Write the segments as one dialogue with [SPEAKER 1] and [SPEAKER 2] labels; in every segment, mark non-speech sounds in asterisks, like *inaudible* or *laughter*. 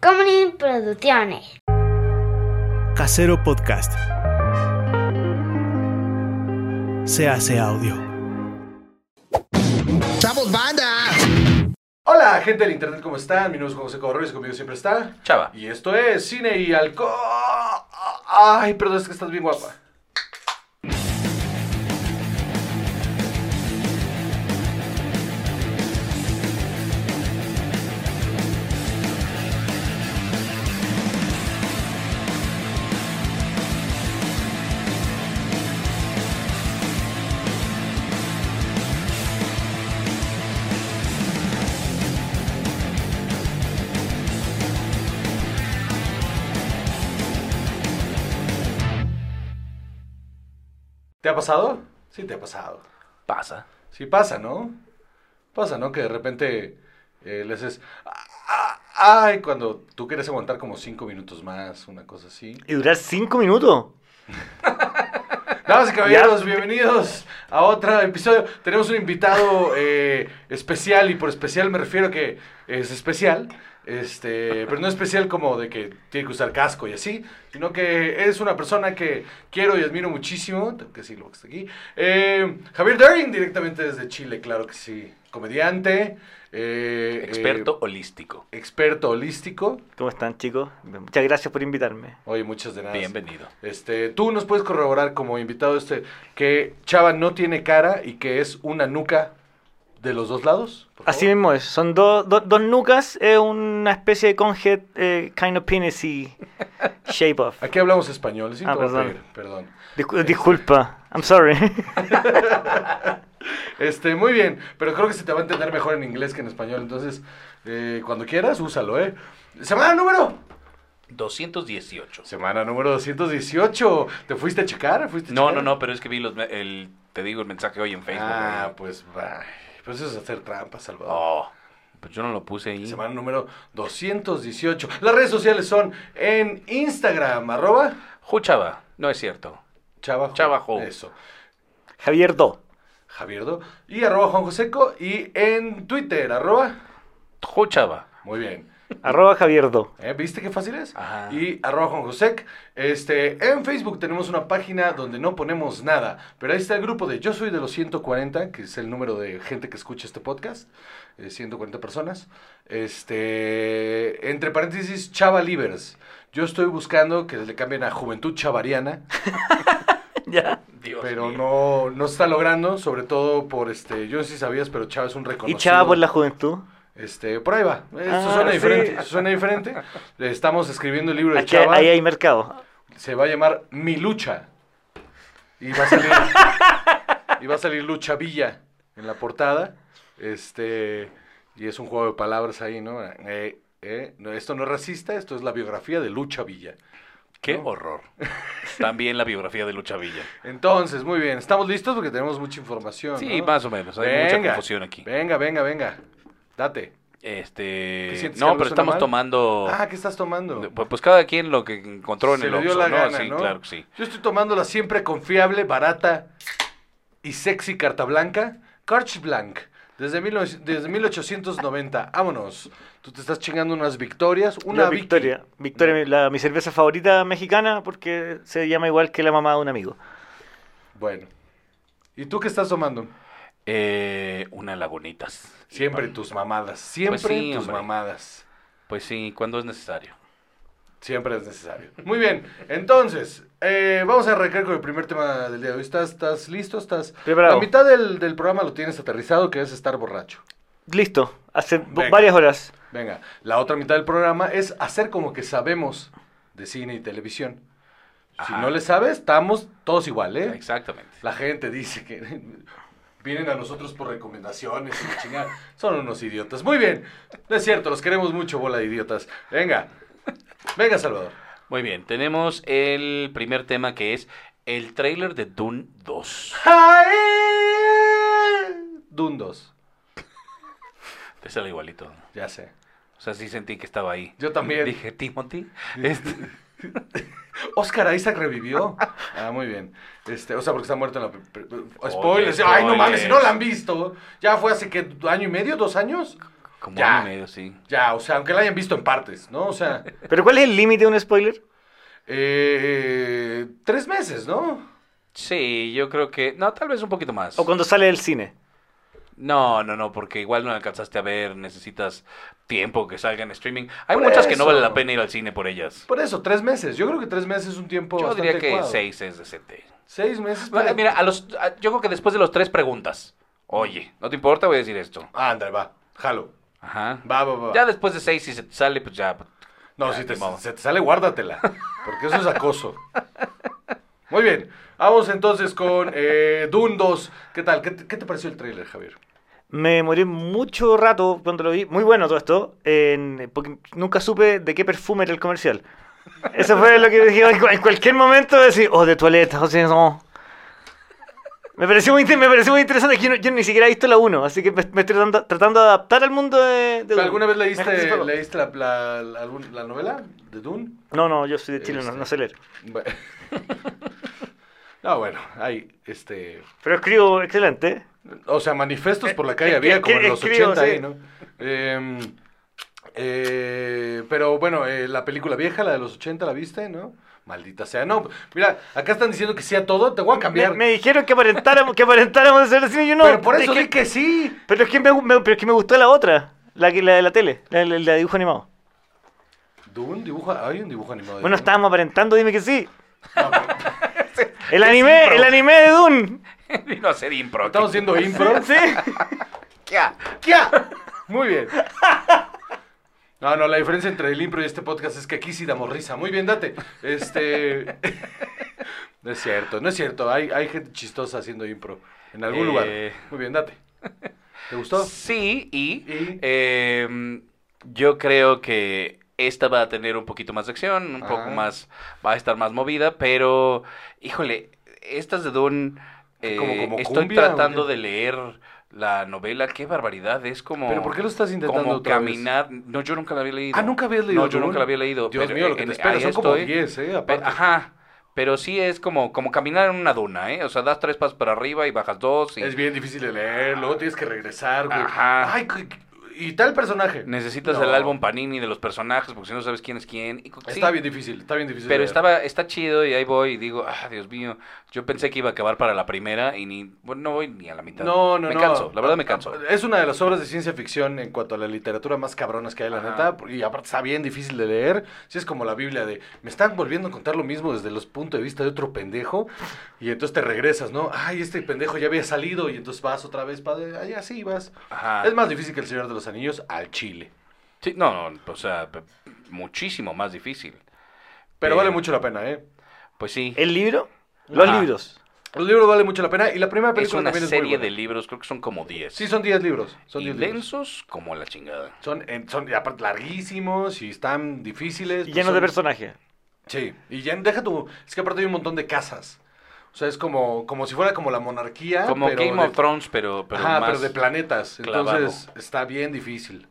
[SPEAKER 1] Tacomunin Producciones.
[SPEAKER 2] Casero Podcast. Se hace audio.
[SPEAKER 3] ¡Chavos, banda!
[SPEAKER 4] Hola, gente del internet, ¿cómo están? Mi nombre es José Corrales, conmigo siempre está.
[SPEAKER 5] Chava.
[SPEAKER 4] Y esto es Cine y Alcohol. Ay, perdón, es que estás bien guapa. ¿Te ha pasado? Sí, te ha pasado.
[SPEAKER 5] Pasa.
[SPEAKER 4] Sí pasa, ¿no? Pasa, ¿no? Que de repente eh, le haces... "Ah, ah, Ay, cuando tú quieres aguantar como cinco minutos más, una cosa así.
[SPEAKER 6] ¿Y durar cinco minutos?
[SPEAKER 4] Damas y caballeros, bienvenidos a otro episodio. Tenemos un invitado eh, especial y por especial me refiero que es especial, este, pero no especial como de que tiene que usar casco y así, sino que es una persona que quiero y admiro muchísimo, tengo que decirlo que está aquí. Eh, Javier Daring, directamente desde Chile, claro que sí, comediante, eh,
[SPEAKER 5] Experto
[SPEAKER 4] eh,
[SPEAKER 5] holístico.
[SPEAKER 4] experto holístico.
[SPEAKER 6] ¿Cómo están, chicos? Muchas gracias por invitarme.
[SPEAKER 4] Oye, muchas de nada.
[SPEAKER 5] Bienvenido.
[SPEAKER 4] Este, tú nos puedes corroborar como invitado este que Chava no tiene cara y que es una nuca de los dos lados. por favor?
[SPEAKER 6] Así mismo es, son dos dos- dos nucas, es una especie de conjet, eh, kind of penis y shape of.
[SPEAKER 4] Aquí hablamos español, sí,
[SPEAKER 6] Ah,
[SPEAKER 4] Todo
[SPEAKER 6] perdón.
[SPEAKER 4] bien, perdón.
[SPEAKER 6] Discu- disculpa, I'm sorry.
[SPEAKER 4] Este, muy bien, pero creo que se te va a entender mejor en inglés que en español, entonces eh, cuando quieras úsalo, ¿eh? Semana número
[SPEAKER 5] 218.
[SPEAKER 4] Semana número 218. ¿Te fuiste a checar? ¿Fuiste a
[SPEAKER 5] No, no,
[SPEAKER 4] checar?
[SPEAKER 5] no, pero es que vi los, me- el, te digo, el mensaje hoy en Facebook.
[SPEAKER 4] Ah,
[SPEAKER 5] ¿verdad?
[SPEAKER 4] pues, ay, pues eso es hacer trampa, Salvador.
[SPEAKER 5] Oh, pues yo no lo puse ahí.
[SPEAKER 4] Semana número 218. Las redes sociales son en Instagram, arroba
[SPEAKER 5] Juchaba, no es cierto.
[SPEAKER 4] Chavajo.
[SPEAKER 5] Chavajo.
[SPEAKER 4] Eso.
[SPEAKER 6] Javier Do.
[SPEAKER 4] Javierdo. Y arroba Juan Joseco. Y en Twitter, arroba.
[SPEAKER 5] Juchaba.
[SPEAKER 4] Muy bien.
[SPEAKER 6] Arroba Javier
[SPEAKER 4] *laughs*
[SPEAKER 6] Do.
[SPEAKER 4] ¿Eh? ¿Viste qué fácil es?
[SPEAKER 5] Ajá.
[SPEAKER 4] Y arroba Juan Josec. Este, en Facebook tenemos una página donde no ponemos nada. Pero ahí está el grupo de Yo Soy de los 140, que es el número de gente que escucha este podcast. eh, 140 personas. Este, entre paréntesis, Chava Libers. Yo estoy buscando que le cambien a Juventud Chavariana.
[SPEAKER 6] Ya.
[SPEAKER 5] Dios
[SPEAKER 4] pero
[SPEAKER 5] mío.
[SPEAKER 4] no, no se está logrando, sobre todo por este, yo no sé si sabías, pero Chava es un
[SPEAKER 6] Y
[SPEAKER 4] reconocido.
[SPEAKER 6] chava por la juventud.
[SPEAKER 4] Este, por ahí va. Esto
[SPEAKER 6] Ah,
[SPEAKER 4] suena
[SPEAKER 6] sí.
[SPEAKER 4] diferente, esto suena diferente. Le Estamos escribiendo el libro de
[SPEAKER 6] Aquí,
[SPEAKER 4] Chava.
[SPEAKER 6] ahí hay mercado.
[SPEAKER 4] Se va a llamar Mi Lucha. Y va a salir
[SPEAKER 6] *laughs*
[SPEAKER 4] y va a salir Lucha Villa en la portada. Este, y es un juego de palabras ahí, ¿no? Eh, eh, no, esto no es racista, esto es la biografía de Lucha Villa.
[SPEAKER 5] Qué
[SPEAKER 4] no. *laughs*
[SPEAKER 5] horror. También la biografía de Lucha Villa.
[SPEAKER 4] Entonces, muy bien, estamos listos porque tenemos mucha información.
[SPEAKER 5] Sí,
[SPEAKER 4] ¿no?
[SPEAKER 5] más o menos. Pues Hay mucha confusión aquí.
[SPEAKER 4] Venga, venga, venga. Date.
[SPEAKER 5] Este.
[SPEAKER 4] ¿Qué sientes,
[SPEAKER 5] No,
[SPEAKER 4] Carlos?
[SPEAKER 5] pero
[SPEAKER 4] ¿Suena
[SPEAKER 5] estamos
[SPEAKER 4] mal?
[SPEAKER 5] tomando.
[SPEAKER 4] Ah, ¿qué estás tomando?
[SPEAKER 5] Oh. Pues, pues cada quien lo que encontró en
[SPEAKER 4] Se
[SPEAKER 5] el
[SPEAKER 4] le dio
[SPEAKER 5] Oxxo,
[SPEAKER 4] la
[SPEAKER 5] ¿no?
[SPEAKER 4] gana,
[SPEAKER 5] sí,
[SPEAKER 4] ¿no?
[SPEAKER 5] claro que sí.
[SPEAKER 4] Yo estoy tomando la siempre confiable, barata y sexy carta blanca, Carch Blanc. Desde, mil nove- desde 1890, vámonos. Tú te estás chingando unas victorias, una
[SPEAKER 6] Yo,
[SPEAKER 4] Vicky.
[SPEAKER 6] Victoria. Victoria, mi- la- mi cerveza favorita mexicana porque se llama igual que la mamá de un amigo.
[SPEAKER 4] Bueno. ¿Y tú qué estás tomando?
[SPEAKER 5] Eh, una lagunitas.
[SPEAKER 4] Siempre tus mamadas, siempre
[SPEAKER 5] Pues sí,
[SPEAKER 4] tus
[SPEAKER 5] hombre.
[SPEAKER 4] mamadas.
[SPEAKER 5] Pues sí, cuando es necesario.
[SPEAKER 4] Siempre es necesario. Muy bien, entonces, eh, vamos a arrancar con el primer tema del día de hoy. ¿Estás, estás listo? ¿Estás...
[SPEAKER 6] Preparado.
[SPEAKER 4] La mitad del, del programa lo tienes aterrizado, que es estar borracho.
[SPEAKER 6] Listo, hace bo-
[SPEAKER 4] Venga.
[SPEAKER 6] varias horas.
[SPEAKER 4] Venga, la otra mitad del programa es hacer como que sabemos de cine y televisión.
[SPEAKER 5] Ajá.
[SPEAKER 4] Si no le sabes, estamos todos igual, ¿eh?
[SPEAKER 5] Exactamente.
[SPEAKER 4] La gente dice que *laughs* vienen a nosotros por recomendaciones y la chingada. Son unos idiotas. Muy bien, no es cierto, los queremos mucho, bola de idiotas. Venga, venga, Salvador.
[SPEAKER 5] Muy bien, tenemos el primer tema que es el tráiler de Dune 2.
[SPEAKER 4] Dundos,
[SPEAKER 5] Te sale igualito. ¿no?
[SPEAKER 4] ya sé.
[SPEAKER 5] O sea, sí sentí que estaba ahí.
[SPEAKER 4] Yo también.
[SPEAKER 5] Dije, Timothy. Este-
[SPEAKER 4] Oscar Isaac revivió. Ah, muy bien. Este, o sea, porque está muerto en la. pe- pe-
[SPEAKER 5] Oye,
[SPEAKER 4] Spoilers. Ay, no mames,
[SPEAKER 5] spoilers.
[SPEAKER 4] si no la han visto. Ya fue hace que año y medio, dos años.
[SPEAKER 5] Como
[SPEAKER 4] Ya.
[SPEAKER 5] año y medio, sí.
[SPEAKER 4] Ya, o sea, aunque la hayan visto en partes, ¿no? O
[SPEAKER 5] *laughs*
[SPEAKER 4] sea,
[SPEAKER 6] ¿Pero cuál es el límite de un spoiler?
[SPEAKER 4] eh, tres meses, ¿no?
[SPEAKER 5] Sí, yo creo que. No, tal vez un poquito más.
[SPEAKER 6] ¿O cuando sale del cine?
[SPEAKER 5] No, no, no, porque igual no alcanzaste a ver, necesitas tiempo que salga en streaming. Hay
[SPEAKER 4] Por
[SPEAKER 5] muchas que no
[SPEAKER 4] eso.
[SPEAKER 5] vale la pena ir al cine por ellas.
[SPEAKER 4] Por eso, tres meses. Yo creo que tres meses es un tiempo
[SPEAKER 5] Yo
[SPEAKER 4] bastante
[SPEAKER 5] diría que
[SPEAKER 4] adecuado.
[SPEAKER 5] seis es decente.
[SPEAKER 4] Seis meses.
[SPEAKER 5] Bueno,
[SPEAKER 4] para-
[SPEAKER 5] Mira, a los, a- yo creo que después de los tres preguntas, oye, ¿no te importa? Voy a decir esto.
[SPEAKER 4] Ah, Ándale, va. Jalo.
[SPEAKER 5] Ajá.
[SPEAKER 4] Va, va, va.
[SPEAKER 5] Ya después de seis, si se te sale, pues *laughs* ya.
[SPEAKER 4] No,
[SPEAKER 5] Ya,
[SPEAKER 4] si te,
[SPEAKER 5] ni modo.
[SPEAKER 4] se te sale, guárdatela. Porque eso es acoso. Muy bien. Vamos entonces con eh, Dune 2. ¿Qué tal? ¿Qué te, qué te pareció el tráiler, Javier?
[SPEAKER 6] Me morí mucho rato cuando lo vi. Muy bueno todo esto. en- porque nunca supe de qué perfume era el comercial. Eso fue lo que dije. En, cu- en cualquier momento decir, oh, de toaleta, o sea, no. Me pareció muy, inter- me pareció muy interesante. que Yo, no- yo ni siquiera he visto la 1, así que me, me estoy tratando, tratando de adaptar al mundo de. de-
[SPEAKER 4] ¿Alguna vez
[SPEAKER 6] Me-
[SPEAKER 4] leíste, leíste la, la- la- algún- la novela de Dune?
[SPEAKER 6] No, no, yo soy de Chile, no,
[SPEAKER 4] Este.
[SPEAKER 6] no sé leer.
[SPEAKER 4] Bueno. *laughs* No, bueno, hay este.
[SPEAKER 6] Pero escribo excelente.
[SPEAKER 4] O sea, manifestos por la
[SPEAKER 6] que-
[SPEAKER 4] calle había como
[SPEAKER 6] que
[SPEAKER 4] en los
[SPEAKER 6] escribo,
[SPEAKER 4] 80 ahí,
[SPEAKER 6] sí.
[SPEAKER 4] ¿no? Eh, eh, pero bueno, eh, la película vieja, la de los 80, ¿la viste, no? Maldita sea. No, mira, acá están diciendo que sí a todo, te voy a cambiar.
[SPEAKER 6] Me, me dijeron que aparentáramos, que aparentáramos hacer el cine y yo no.
[SPEAKER 4] pero por eso
[SPEAKER 6] es que-
[SPEAKER 4] di que sí.
[SPEAKER 6] Pero es que me, me- pero es que me gustó la otra, la, que- la de la tele, la, la- la de dibujo animado.
[SPEAKER 4] Dune, dibujo, hay un dibujo animado. de
[SPEAKER 6] Bueno,
[SPEAKER 4] Dune.
[SPEAKER 6] estábamos aparentando, dime que sí.
[SPEAKER 4] No, pero
[SPEAKER 6] *laughs* El anime, el anime de Dune.
[SPEAKER 5] Vino a ser impro.
[SPEAKER 4] estamos haciendo
[SPEAKER 6] *laughs*
[SPEAKER 4] impro.
[SPEAKER 6] Sí.
[SPEAKER 4] ¡Ya! Muy bien. No, no, la diferencia entre el impro y este podcast es que aquí sí damos risa. Muy bien, date. Este. *laughs* No es cierto, no es cierto. Hay, hay gente chistosa haciendo impro en algún
[SPEAKER 5] Eh.
[SPEAKER 4] lugar. Muy bien, date. ¿Te gustó?
[SPEAKER 5] Sí, y
[SPEAKER 4] Y-
[SPEAKER 5] eh, yo creo que esta va a tener un poquito más de acción, un poco
[SPEAKER 4] Ajá.
[SPEAKER 5] más, va a estar más movida, pero, híjole, estas de Dune, eh,
[SPEAKER 4] Ah, ¿Como- como
[SPEAKER 5] estoy
[SPEAKER 4] cumbia o
[SPEAKER 5] tratando
[SPEAKER 4] qué?
[SPEAKER 5] de leer la novela, qué barbaridad, es como...
[SPEAKER 4] ¿Pero por qué lo estás intentando
[SPEAKER 5] Como
[SPEAKER 4] otra vez?
[SPEAKER 5] caminar, no, yo nunca la había leído.
[SPEAKER 4] Ah, ¿nunca habías leído
[SPEAKER 5] No, yo
[SPEAKER 4] Dune?
[SPEAKER 5] nunca la había leído.
[SPEAKER 4] Dios
[SPEAKER 5] pero
[SPEAKER 4] mío, lo que
[SPEAKER 5] en-
[SPEAKER 4] te espera.
[SPEAKER 5] ahí
[SPEAKER 4] Son como
[SPEAKER 5] estoy.
[SPEAKER 4] 10, ¿eh?
[SPEAKER 5] Pe-
[SPEAKER 4] Aparte.
[SPEAKER 5] Ajá. Pero sí es como, como caminar en una duna, ¿eh? O sea, das tres pasos para arriba y bajas dos. Y
[SPEAKER 4] Es bien difícil de leer, luego tienes que regresar, güey.
[SPEAKER 5] Ajá.
[SPEAKER 4] Ay, qué- y tal personaje.
[SPEAKER 5] Necesitas
[SPEAKER 4] No.
[SPEAKER 5] el álbum Panini de los personajes porque si no sabes quién es quién. Y co- sí,
[SPEAKER 4] Está bien difícil, está bien difícil. de
[SPEAKER 5] Pero
[SPEAKER 4] leer.
[SPEAKER 5] estaba, está chido y ahí voy y digo, ah, Dios mío, yo pensé que iba a acabar para la primera y ni, bueno, no voy ni a la mitad.
[SPEAKER 4] No, no,
[SPEAKER 5] me
[SPEAKER 4] no.
[SPEAKER 5] canso, la verdad me canso.
[SPEAKER 4] Es una de las obras de ciencia ficción en cuanto a la literatura más cabronas que hay, la
[SPEAKER 5] Ajá.
[SPEAKER 4] neta. Y aparte está bien difícil de leer. Si es como la Biblia de, me están volviendo a contar lo mismo desde los puntos de vista de otro pendejo. Y entonces te regresas, ¿no? Ay, este pendejo ya había salido. Y entonces vas otra vez para allá, sí, vas.
[SPEAKER 5] Ajá.
[SPEAKER 4] Es más difícil que El Señor de los Anillos al Chile.
[SPEAKER 5] Sí, no, no, o sea, pe- muchísimo más difícil.
[SPEAKER 4] Pero
[SPEAKER 5] Eh.
[SPEAKER 4] vale mucho la pena, ¿eh?
[SPEAKER 5] Pues sí,
[SPEAKER 6] El libro, los
[SPEAKER 5] Ajá.
[SPEAKER 6] libros.
[SPEAKER 4] El libro vale mucho la pena. Y la primera
[SPEAKER 5] es
[SPEAKER 4] película
[SPEAKER 5] una
[SPEAKER 4] también es muy
[SPEAKER 5] serie
[SPEAKER 4] buena.
[SPEAKER 5] de libros, creo que son como 10.
[SPEAKER 4] Sí, son 10 libros. Son
[SPEAKER 5] y
[SPEAKER 4] 10 libros.
[SPEAKER 5] densos como la chingada.
[SPEAKER 4] Son, en- son y aparte larguísimos y están difíciles. pues,
[SPEAKER 6] Llenos de
[SPEAKER 4] son-
[SPEAKER 6] personajes.
[SPEAKER 4] Sí, y ya deja tu. Es que aparte hay un montón de casas. O sea, es como, como si fuera como la monarquía.
[SPEAKER 5] Como
[SPEAKER 4] Ah, pero
[SPEAKER 5] Game of
[SPEAKER 4] de-
[SPEAKER 5] Thrones, pero, pero
[SPEAKER 4] Ajá,
[SPEAKER 5] más...
[SPEAKER 4] pero de planetas.
[SPEAKER 5] clavado.
[SPEAKER 4] Entonces está bien difícil.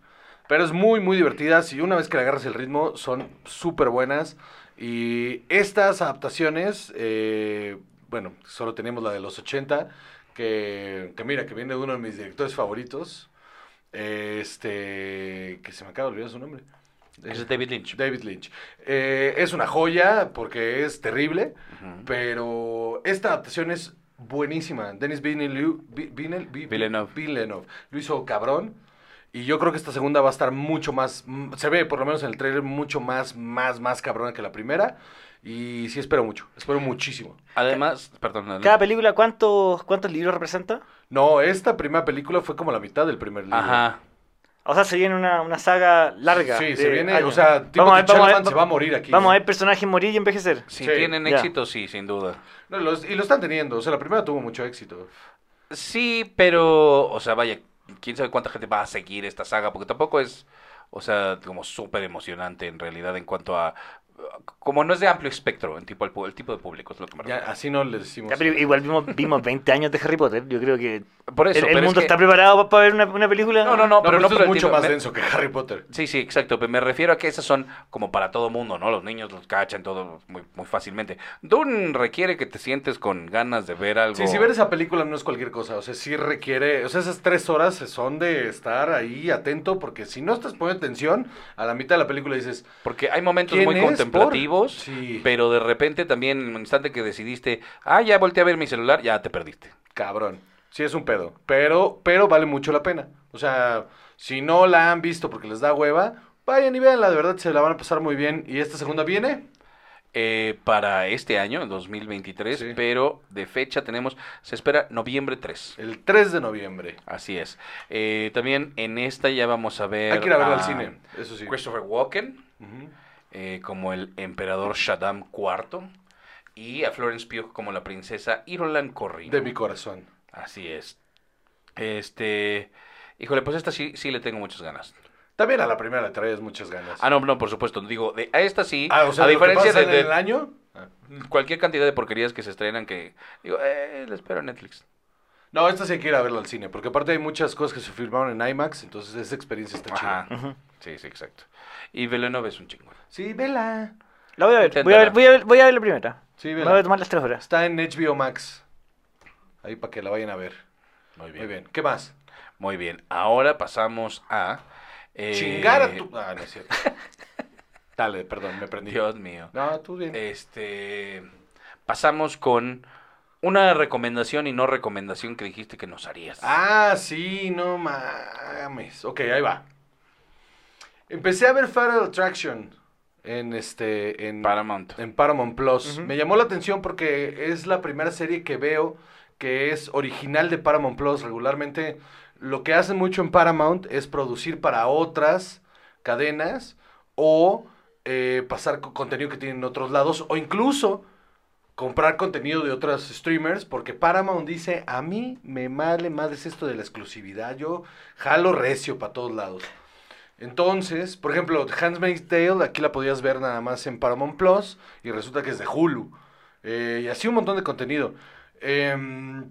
[SPEAKER 4] Pero es muy, muy divertida. Si una vez que le agarras el ritmo, son súper buenas. Y estas adaptaciones, eh, bueno, solo tenemos la de los 80, que, que mira, que viene de uno de mis directores favoritos. Este, que se me acaba de olvidar su nombre.
[SPEAKER 5] Es David Lynch.
[SPEAKER 4] David Lynch. Eh, es una joya porque es terrible,
[SPEAKER 5] Ujú.
[SPEAKER 4] pero esta adaptación es buenísima. Denis Villeneuve, Vi- Villeneuve- Vi-
[SPEAKER 5] Villeneuve.
[SPEAKER 4] Villeneuve lo hizo cabrón. Y yo creo que esta segunda va a estar mucho más. mm, Se ve, por lo menos en el trailer, mucho más, más, más cabrona que la primera. Y sí, espero mucho. Espero muchísimo.
[SPEAKER 5] Además, perdón, adelante.
[SPEAKER 6] Cada película, ¿cuántos, cuántos libros representa?
[SPEAKER 4] No, esta primera película fue como la mitad del primer libro.
[SPEAKER 5] Ajá.
[SPEAKER 6] O sea, se viene una, una saga larga.
[SPEAKER 4] Sí,
[SPEAKER 6] de
[SPEAKER 4] se viene. O
[SPEAKER 6] años.
[SPEAKER 4] sea, tipo
[SPEAKER 6] vamos a ver,
[SPEAKER 4] que
[SPEAKER 6] vamos a
[SPEAKER 4] Chalfant
[SPEAKER 6] ver,
[SPEAKER 4] se va a morir aquí.
[SPEAKER 6] vamos
[SPEAKER 4] ¿no?
[SPEAKER 6] a ver personajes morir y envejecer.
[SPEAKER 5] Si
[SPEAKER 4] Sí,
[SPEAKER 5] tienen
[SPEAKER 6] ya.
[SPEAKER 5] éxito, sí, sin duda.
[SPEAKER 4] No, los- y lo están teniendo. O sea, la primera tuvo mucho éxito.
[SPEAKER 5] Sí, pero, o sea, vaya, quién sabe cuánta gente va a seguir esta saga, porque tampoco es, o sea, como súper emocionante en realidad en cuanto a, como no es de amplio espectro, en tipo el, pu- el tipo de público es lo que me
[SPEAKER 4] Ya,
[SPEAKER 5] refiero.
[SPEAKER 4] así no les decimos.
[SPEAKER 6] Ya, pero igual vimos, vimos 20 años de Harry Potter. Yo creo que
[SPEAKER 5] Por eso,
[SPEAKER 6] el- el,
[SPEAKER 5] pero es
[SPEAKER 6] mundo
[SPEAKER 5] que-
[SPEAKER 6] está preparado para ver una, una película.
[SPEAKER 5] No, no, no,
[SPEAKER 4] no,
[SPEAKER 5] pero, no
[SPEAKER 4] esto
[SPEAKER 5] por
[SPEAKER 4] es
[SPEAKER 5] el
[SPEAKER 4] mucho
[SPEAKER 5] tipo-
[SPEAKER 4] más
[SPEAKER 5] me-
[SPEAKER 4] denso que Harry Potter.
[SPEAKER 5] Sí, sí, exacto. Pero me refiero a que esas son como para todo mundo, ¿no? Los niños los cachan todo muy, muy fácilmente. Dune requiere que te sientes con ganas de ver algo.
[SPEAKER 4] Sí, si ver esa película no es cualquier cosa, o sea, sí requiere, o sea, esas tres horas son de estar ahí atento, porque si no estás poniendo atención, a la mitad de la película dices,
[SPEAKER 5] Porque hay momentos
[SPEAKER 4] ¿Quién
[SPEAKER 5] muy
[SPEAKER 4] es? ¿Por?
[SPEAKER 5] contemplativos,
[SPEAKER 4] Sí.
[SPEAKER 5] pero de repente también en el instante que decidiste, ah, ya volteé a ver mi celular, ya te perdiste.
[SPEAKER 4] cabrón, sí es un pedo, pero, pero vale mucho la pena, o sea, si no la han visto porque les da hueva, vayan y véanla, de verdad se la van a pasar muy bien, y esta segunda viene,
[SPEAKER 5] Eh, para este año, en 2023,
[SPEAKER 4] Sí.
[SPEAKER 5] pero de fecha tenemos, se espera noviembre 3.
[SPEAKER 4] el 3 de noviembre,
[SPEAKER 5] Así es. Eh, también en esta ya vamos a ver.
[SPEAKER 4] hay que ir a verla
[SPEAKER 5] a
[SPEAKER 4] al cine, eso sí.
[SPEAKER 5] Christopher Walken,
[SPEAKER 4] Ujú.
[SPEAKER 5] eh, como el emperador Shaddam IV. Y a Florence Pugh como la princesa Irolan Corrino.
[SPEAKER 4] De mi corazón.
[SPEAKER 5] Así es. Este. Híjole, pues esta sí, sí le tengo muchas ganas.
[SPEAKER 4] También a la primera le traes muchas ganas.
[SPEAKER 5] Ah, no, no, por supuesto. Digo, de- a esta sí.
[SPEAKER 4] Ah, o sea,
[SPEAKER 5] a
[SPEAKER 4] lo que
[SPEAKER 5] diferencia
[SPEAKER 4] pasa
[SPEAKER 5] de,
[SPEAKER 4] en el
[SPEAKER 5] de
[SPEAKER 4] año. Ah.
[SPEAKER 5] cualquier cantidad de porquerías que se estrenan, que digo, eh, le espero a Netflix.
[SPEAKER 4] No, esta sí hay que ir a verla al cine, porque aparte hay muchas cosas que se filmaron en IMAX, entonces esa experiencia está
[SPEAKER 5] Ajá.
[SPEAKER 4] chida.
[SPEAKER 5] Sí, sí, exacto. Y Villeneuve es un chingo.
[SPEAKER 4] Sí, vela.
[SPEAKER 6] La voy a ver. Voy a ver,
[SPEAKER 5] Inténtala.
[SPEAKER 6] voy a ver, voy a ver la primera.
[SPEAKER 4] Sí,
[SPEAKER 6] Me
[SPEAKER 4] vela.
[SPEAKER 6] voy a tomar las tres horas.
[SPEAKER 4] Está en HBO Max. Ahí para que la vayan a ver.
[SPEAKER 5] Muy
[SPEAKER 4] Muy bien. ¿Qué más?
[SPEAKER 5] Muy bien. Ahora pasamos a. eh,
[SPEAKER 4] Chingar a tu. Ah, no es cierto. *laughs* Dale, perdón, me prendí. Eh.
[SPEAKER 5] Dios mío.
[SPEAKER 4] No, tú bien.
[SPEAKER 5] Este. Pasamos con una recomendación y no recomendación que dijiste que nos harías.
[SPEAKER 4] Ah, sí, no mames. Ok, ahí va. Empecé a ver Fatal Attraction en este. En,
[SPEAKER 5] Paramount.
[SPEAKER 4] En Paramount Plus.
[SPEAKER 6] Ujú.
[SPEAKER 4] Me llamó la atención porque es la primera serie que veo que es original de Paramount Plus. Regularmente lo que hacen mucho en Paramount es producir para otras cadenas o eh, pasar co- contenido que tienen en otros lados o incluso comprar contenido de otros streamers porque Paramount dice a mí me vale madres esto de la exclusividad. Yo jalo recio para todos lados. Entonces, por ejemplo, Handmaid's Tale, aquí la podías ver nada más en Paramount Plus y resulta que es de Hulu. Eh, y así un montón de contenido. Em,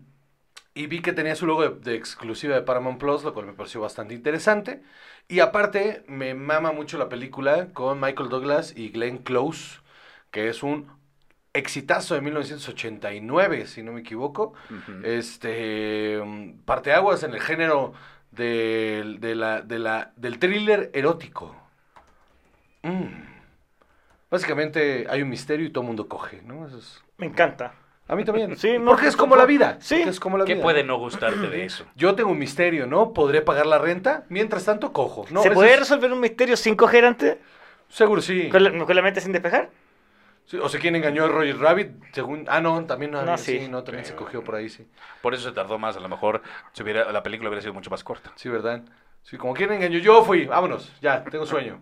[SPEAKER 4] y vi que tenía su logo de, de exclusiva de Paramount Plus, lo cual me pareció bastante interesante. Y aparte, me mama mucho la película con Michael Douglas y Glenn Close, que es un exitazo de 1989, si no me equivoco
[SPEAKER 5] Ujú.
[SPEAKER 4] eh, este mm, parteaguas en el género del, de la, de la- del thriller erótico. Mm. Básicamente hay un misterio y todo el mundo coge, ¿no? Eso es-
[SPEAKER 6] Me encanta.
[SPEAKER 4] A mí también.
[SPEAKER 6] *laughs* Sí, no,
[SPEAKER 4] porque es como
[SPEAKER 6] no,
[SPEAKER 4] la vida.
[SPEAKER 6] sí.
[SPEAKER 4] porque es como la
[SPEAKER 5] ¿Qué
[SPEAKER 4] vida,
[SPEAKER 5] puede
[SPEAKER 4] ¿no?
[SPEAKER 5] no gustarte
[SPEAKER 4] *clears throat*
[SPEAKER 5] de eso?
[SPEAKER 4] Yo tengo un misterio, ¿no? ¿Podré pagar la renta? Mientras tanto, cojo. No,
[SPEAKER 6] ¿Se
[SPEAKER 4] eso
[SPEAKER 6] puede
[SPEAKER 4] es-
[SPEAKER 6] resolver un misterio sin coger antes?
[SPEAKER 4] Seguro sí.
[SPEAKER 6] ¿Con la, con la mente sin despejar?
[SPEAKER 4] Sí, O sea, ¿quién engañó a Roger Rabbit? Según... Ah, no, también no,
[SPEAKER 6] No,
[SPEAKER 4] había-
[SPEAKER 6] sí.
[SPEAKER 4] sí, no, también se cogió por ahí, sí.
[SPEAKER 5] Por eso se tardó más. A lo mejor si hubiera- la película hubiera sido mucho más corta.
[SPEAKER 4] Sí, ¿verdad? Sí, como quien engañó, yo fui, vámonos, ya, tengo
[SPEAKER 5] *laughs*
[SPEAKER 4] sueño.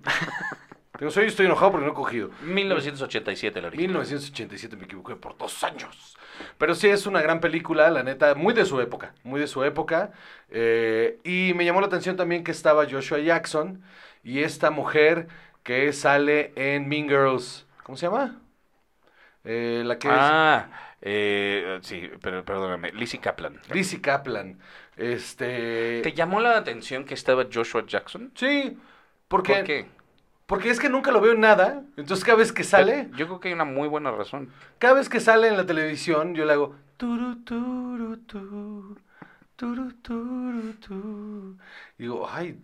[SPEAKER 4] tengo sueño y estoy enojado porque no he cogido.
[SPEAKER 5] 1987 la original.
[SPEAKER 4] 1987 me equivoqué por dos años. Pero sí es una gran película, la neta, muy de su época, muy de su época. Eh, y me llamó la atención también que estaba Joshua Jackson y esta mujer que sale en Mean Girls. ¿Cómo se llama? Eh, la que es...
[SPEAKER 5] Ah, eh, sí, pero perdóname. Lizzie Kaplan.
[SPEAKER 4] Lizzie Kaplan. Este...
[SPEAKER 5] ¿Te llamó la atención que estaba Joshua Jackson?
[SPEAKER 4] Sí,
[SPEAKER 5] ¿Por
[SPEAKER 4] porque...
[SPEAKER 5] qué?
[SPEAKER 4] Porque es que nunca lo veo en nada. Entonces cada vez que sale,
[SPEAKER 5] Yo creo que hay una muy buena razón.
[SPEAKER 4] cada vez que sale en la televisión, yo le hago turu turu tu, turu turu tu. Y digo, ay,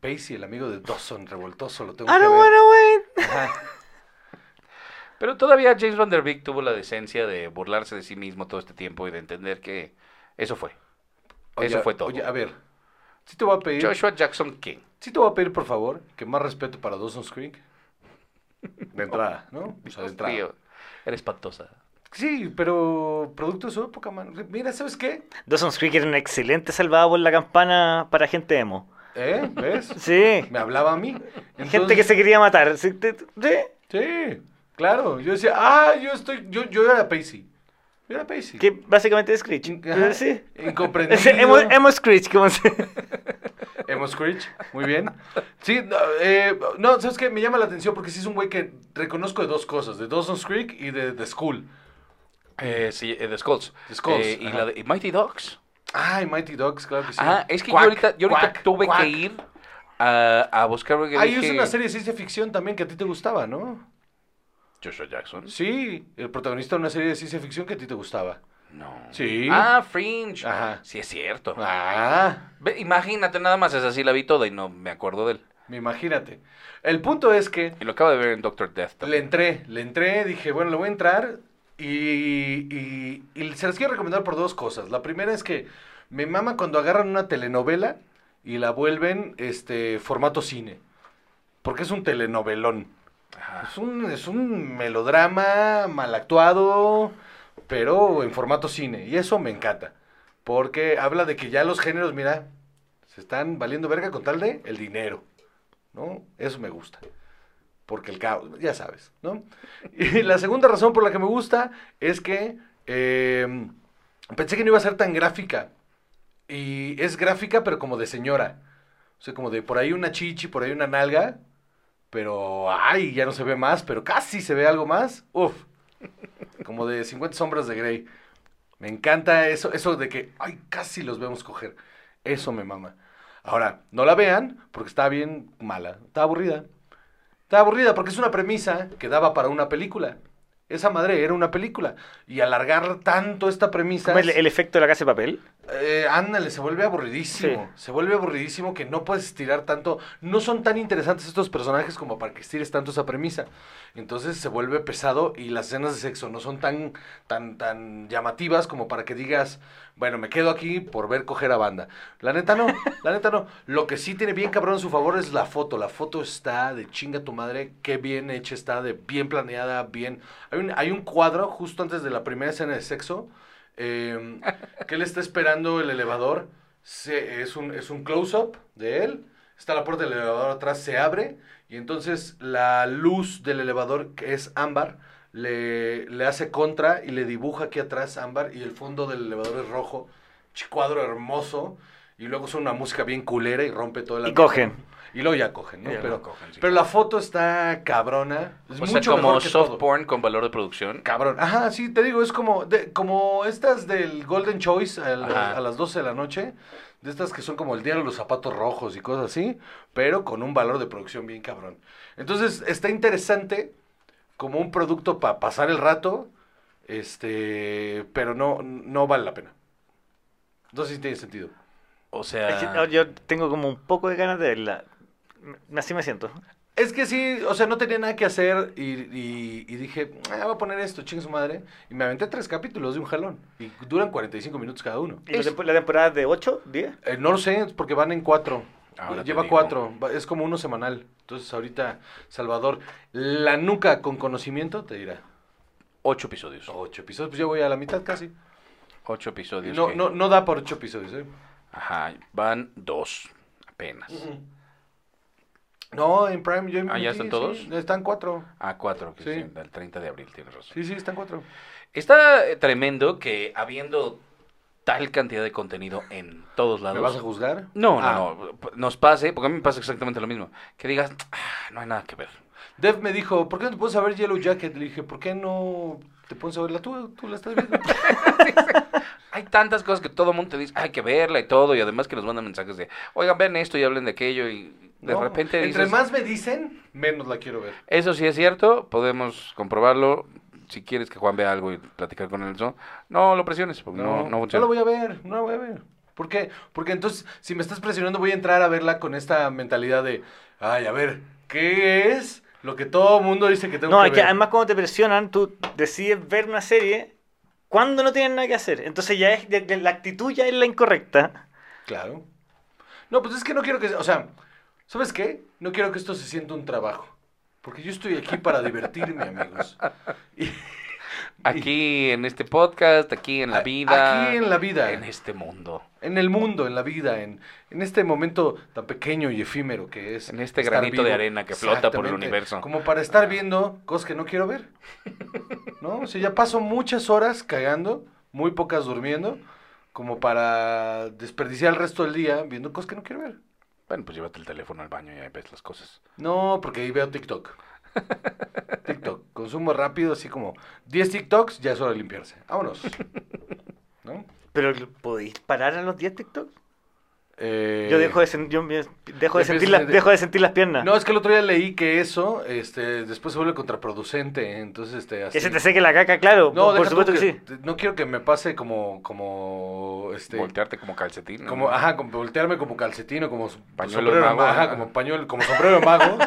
[SPEAKER 4] Pacey, el amigo de Dawson, revoltoso, lo tengo
[SPEAKER 6] I
[SPEAKER 4] que
[SPEAKER 6] don't
[SPEAKER 4] ver.
[SPEAKER 6] wanna wait.
[SPEAKER 4] Ajá.
[SPEAKER 5] Pero todavía James Van Der Beek tuvo la decencia de burlarse de sí mismo todo este tiempo y de entender que eso fue. Eso fue todo.
[SPEAKER 4] Oye, a ver, si te voy a pedir,
[SPEAKER 5] Joshua Jackson King.
[SPEAKER 4] sí te voy a pedir por favor que más respeto para Dawson's Creek. De entrada, ¿no? O sea, de entrada.
[SPEAKER 5] Tío, eres espantosa.
[SPEAKER 4] Sí, pero producto de su época, man. Mira, ¿sabes qué?
[SPEAKER 6] Dawson's Creek era una excelente salvada por la campana para gente emo.
[SPEAKER 4] ¿Eh? ¿Ves?
[SPEAKER 6] *laughs* Sí.
[SPEAKER 4] Me hablaba a mí.
[SPEAKER 6] Gente que
[SPEAKER 4] Entonces-
[SPEAKER 6] se quería matar. Sí, te- te-
[SPEAKER 4] Sí, claro. Yo decía, ah, yo estoy, yo, yo era Pacey. Yo era Pacey.
[SPEAKER 6] sí. Que básicamente es Screech. Eh,
[SPEAKER 4] Ajá,
[SPEAKER 6] Sí.
[SPEAKER 5] *laughs*
[SPEAKER 4] Incomprendido. *laughs*
[SPEAKER 6] Ese emo, emo Screech, como se...
[SPEAKER 4] Emo Screech, muy bien. Sí, no, eh, no, ¿sabes qué? Me llama la atención porque sí es un güey que reconozco de dos cosas, de Dawson's Creek y de The School.
[SPEAKER 5] Eh, sí, eh, The Skulls.
[SPEAKER 4] The Skulls,
[SPEAKER 5] Eh, y,
[SPEAKER 4] ajá.
[SPEAKER 5] la de- y Mighty Dogs.
[SPEAKER 4] Ay, Mighty Dogs, claro que sí.
[SPEAKER 5] Ah, es que
[SPEAKER 4] Quack,
[SPEAKER 5] yo ahorita, yo ahorita
[SPEAKER 4] Quack,
[SPEAKER 5] tuve
[SPEAKER 4] Quack.
[SPEAKER 5] que ir a, a buscar porque
[SPEAKER 4] Ahí
[SPEAKER 5] dije,
[SPEAKER 4] es una serie de ciencia ficción también que a ti te gustaba, ¿no?
[SPEAKER 5] Joshua Jackson.
[SPEAKER 4] Sí, el protagonista de una serie de ciencia ficción que a ti te gustaba.
[SPEAKER 5] No.
[SPEAKER 4] Sí.
[SPEAKER 5] Ah, Fringe.
[SPEAKER 4] Ajá.
[SPEAKER 5] Sí, es cierto.
[SPEAKER 4] Ah,
[SPEAKER 5] Ve, imagínate nada más, es así la vi toda y no me acuerdo de él.
[SPEAKER 4] imagínate. El punto es que
[SPEAKER 5] Y lo acabo de ver en Doctor Death
[SPEAKER 4] le
[SPEAKER 5] también.
[SPEAKER 4] entré, le entré, dije, bueno, le voy a entrar y, y- y se las quiero recomendar por dos cosas. La primera es que me mama cuando agarran una telenovela y la vuelven este formato cine, porque es un telenovelón.
[SPEAKER 5] Ajá.
[SPEAKER 4] Es un, es un melodrama mal actuado, pero en formato cine. Y eso me encanta. Porque habla de que ya los géneros, mira, se están valiendo verga con tal de el dinero. ¿No? Eso me gusta. Porque el caos, ya sabes, ¿no? Y *laughs* la segunda razón por la que me gusta es que eh, pensé que no iba a ser tan gráfica. Y es gráfica, pero como de señora. O sea, como de por ahí una chichi, por ahí una nalga, pero, ay, ya no se ve más, pero casi se ve algo más. Uf. Como de 50 sombras de Grey. Me encanta eso, eso de que, ay, casi los vemos coger. Eso me mama. Ahora, no la vean porque está bien mala, está aburrida. Está aburrida porque es una premisa que daba para una película. Esa madre era una película. Y alargar tanto esta premisa...
[SPEAKER 6] ¿Cómo es el, el efecto de la casa de papel?
[SPEAKER 4] Eh, ándale, se vuelve aburridísimo. Se vuelve aburridísimo que no puedes estirar tanto. No son tan interesantes estos personajes como para que estires tanto esa premisa. Entonces se vuelve pesado y las escenas de sexo no son tan, tan, tan llamativas como para que digas, bueno, me quedo aquí por ver coger a banda. La neta no, la neta no. Lo que sí tiene bien cabrón a su favor es la foto. La foto está de chinga tu madre, qué bien hecha está, de bien planeada, bien. Hay un, hay un cuadro justo antes de la primera escena de sexo eh, que él está esperando el elevador. Se- es un, es un close-up de él. Está la puerta del elevador atrás, se abre. Y entonces la luz del elevador, que es ámbar, le, le hace contra y le dibuja aquí atrás ámbar. Y el fondo del elevador es rojo. Ch- Cuadro hermoso. Y luego suena una música bien culera y rompe todo el
[SPEAKER 6] Y
[SPEAKER 4] ambiente.
[SPEAKER 6] cogen.
[SPEAKER 4] Y luego ya cogen, ¿no?
[SPEAKER 5] Y luego
[SPEAKER 4] pero,
[SPEAKER 5] cogen, sí.
[SPEAKER 4] pero la foto está cabrona. Es
[SPEAKER 5] O sea,
[SPEAKER 4] mucho
[SPEAKER 5] como
[SPEAKER 4] mejor que
[SPEAKER 5] soft
[SPEAKER 4] todo.
[SPEAKER 5] porn con valor de producción.
[SPEAKER 4] Cabrón. Ajá, sí, te digo, es como, de- como estas del Golden Choice a, la-
[SPEAKER 5] Ajá.
[SPEAKER 4] a las 12 de la noche, de estas que son como el día de los zapatos rojos y cosas así, pero con un valor de producción bien cabrón. Entonces, está interesante como un producto para pasar el rato, este, pero no, no vale la pena. No sé si tiene sentido.
[SPEAKER 5] O
[SPEAKER 6] Es que,
[SPEAKER 5] sea,
[SPEAKER 6] no, yo tengo como un poco de ganas de verla. M- Así me siento.
[SPEAKER 4] Es que sí, o sea, no tenía nada que hacer y, y- y dije, ah, voy a poner esto, ching su madre. Y me aventé tres capítulos de un jalón. Y duran 45 minutos cada uno.
[SPEAKER 6] ¿Y la, tempo- la temporada es de 8, 10?
[SPEAKER 4] Eh, no lo sé, porque van en cuatro.
[SPEAKER 5] Ah, Ahora te
[SPEAKER 4] Lleva
[SPEAKER 5] digo.
[SPEAKER 4] cuatro. va- Es como uno semanal. Entonces, ahorita, Salvador, la nuca con conocimiento te dirá.
[SPEAKER 5] ocho episodios.
[SPEAKER 4] Ocho episodios, pues ya voy a la mitad casi.
[SPEAKER 5] Ocho episodios.
[SPEAKER 4] No,
[SPEAKER 5] que-
[SPEAKER 4] no, no da por ocho episodios, ¿eh?
[SPEAKER 5] Ajá, van dos apenas.
[SPEAKER 4] No, en Prime yo
[SPEAKER 5] Ah, ¿ya están
[SPEAKER 4] sí,
[SPEAKER 5] todos?
[SPEAKER 4] están cuatro.
[SPEAKER 5] Ah, cuatro, que
[SPEAKER 4] Sí.
[SPEAKER 5] sí, el 30 de abril, tienes razón.
[SPEAKER 4] Sí, sí, están cuatro.
[SPEAKER 5] Está eh, tremendo que habiendo tal cantidad de contenido en todos lados.
[SPEAKER 4] ¿Me vas a juzgar?
[SPEAKER 5] No,
[SPEAKER 4] Ah.
[SPEAKER 5] no, no. p- Nos pase, porque a mí me pasa exactamente lo mismo. Que digas, "Ah, no hay nada que ver.
[SPEAKER 4] Dev me dijo, ¿por qué no te pones a ver Yellow Jacket? Le dije, ¿por qué no te pones a verla tú? Tú la estás viendo.
[SPEAKER 5] Hay tantas cosas que todo el mundo te dice, hay que verla y todo, y además que nos mandan mensajes de, oigan, vean esto y hablen de aquello, y de
[SPEAKER 4] No,
[SPEAKER 5] repente
[SPEAKER 4] Entre
[SPEAKER 5] dices,
[SPEAKER 4] más me dicen, menos la quiero ver.
[SPEAKER 5] eso sí es cierto, podemos comprobarlo. Si quieres que Juan vea algo y platicar con él, ¿no? no lo presiones, porque no, no, funciona.
[SPEAKER 4] lo voy a ver, no la voy a ver. ¿Por qué? Porque entonces, si me estás presionando, voy a entrar a verla con esta mentalidad de, ay, a ver, ¿qué es lo que todo mundo dice que tengo
[SPEAKER 6] No,
[SPEAKER 4] que
[SPEAKER 6] es que
[SPEAKER 4] ver?
[SPEAKER 6] además cuando te presionan, tú decides ver una serie cuando no tienes nada que hacer. Entonces ya es, de- de- la actitud ya es la incorrecta.
[SPEAKER 4] Claro. No, pues es que no quiero que, o sea, ¿sabes qué? No quiero que esto se sienta un trabajo. Porque yo estoy aquí para divertirme, amigos.
[SPEAKER 5] Aquí en este podcast, aquí en la
[SPEAKER 4] A-
[SPEAKER 5] vida.
[SPEAKER 4] aquí en la vida.
[SPEAKER 5] En este mundo.
[SPEAKER 4] En el mundo, en la vida, en, en este momento tan pequeño y efímero que es.
[SPEAKER 5] En este
[SPEAKER 4] estar
[SPEAKER 5] granito de arena que flota por el
[SPEAKER 4] Exactamente.
[SPEAKER 5] universo.
[SPEAKER 4] Como para estar viendo cosas que no quiero
[SPEAKER 5] *laughs*
[SPEAKER 4] ver. ¿No? O sea, ya paso muchas horas cagando, muy pocas durmiendo, como para desperdiciar el resto del día viendo cosas que no quiero ver.
[SPEAKER 5] Bueno, pues llévate el teléfono al baño y ahí ves las cosas.
[SPEAKER 4] No, porque ahí veo
[SPEAKER 5] *laughs*
[SPEAKER 4] TikTok. TikTok. Consumo rápido, así como 10 TikToks, ya es hora de limpiarse. Vámonos.
[SPEAKER 5] *laughs*
[SPEAKER 4] ¿No?
[SPEAKER 6] Pero ¿podéis parar a los 10 TikTok?
[SPEAKER 4] Eh,
[SPEAKER 6] Yo dejo de, sen- yo me- dejo de
[SPEAKER 4] empiezas
[SPEAKER 6] sentir las,
[SPEAKER 4] desde-
[SPEAKER 6] dejo de sentir las *laughs* piernas.
[SPEAKER 4] No, es que el otro día leí que eso este, después se vuelve contraproducente. Entonces, este, así-
[SPEAKER 6] que se te seque la caca, claro.
[SPEAKER 4] No,
[SPEAKER 6] por- por
[SPEAKER 4] deja tú
[SPEAKER 6] supuesto que, sí.
[SPEAKER 4] que- No quiero que me pase como, como, este,
[SPEAKER 5] Voltearte como calcetín. ¿no?
[SPEAKER 4] como, ajá, como voltearme como calcetín o como s-
[SPEAKER 5] Pañuelo
[SPEAKER 4] sombrero de
[SPEAKER 5] mago,
[SPEAKER 4] mago, ajá,
[SPEAKER 5] ajá.
[SPEAKER 4] como pañuelo, como sombrero de mago,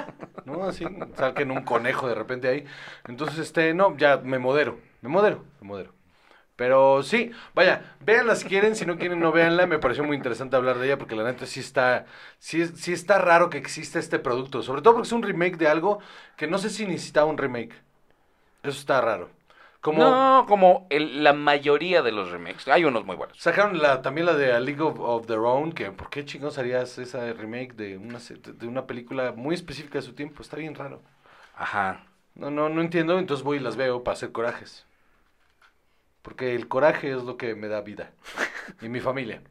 [SPEAKER 4] ¿no? Así, saquen un conejo de repente ahí. Entonces, este, no, ya me modero, me modero, me modero. Pero sí, vaya, véanla si quieren, si no quieren no véanla, me pareció muy interesante hablar de ella porque la neta sí está, sí, es- sí está raro que exista este producto, sobre todo porque es un remake de algo que no sé si necesitaba un remake, eso está raro. Como,
[SPEAKER 5] No, como el- la mayoría de los remakes. Hay unos muy buenos.
[SPEAKER 4] Sacaron la, también la de A League of, of Their Own, que ¿por qué chingados harías esa remake de una, se- de una película muy específica de su tiempo? Está bien raro.
[SPEAKER 5] Ajá.
[SPEAKER 4] No, no, no entiendo, entonces voy y las veo para hacer corajes. Porque el coraje es lo que me da vida. Y mi familia.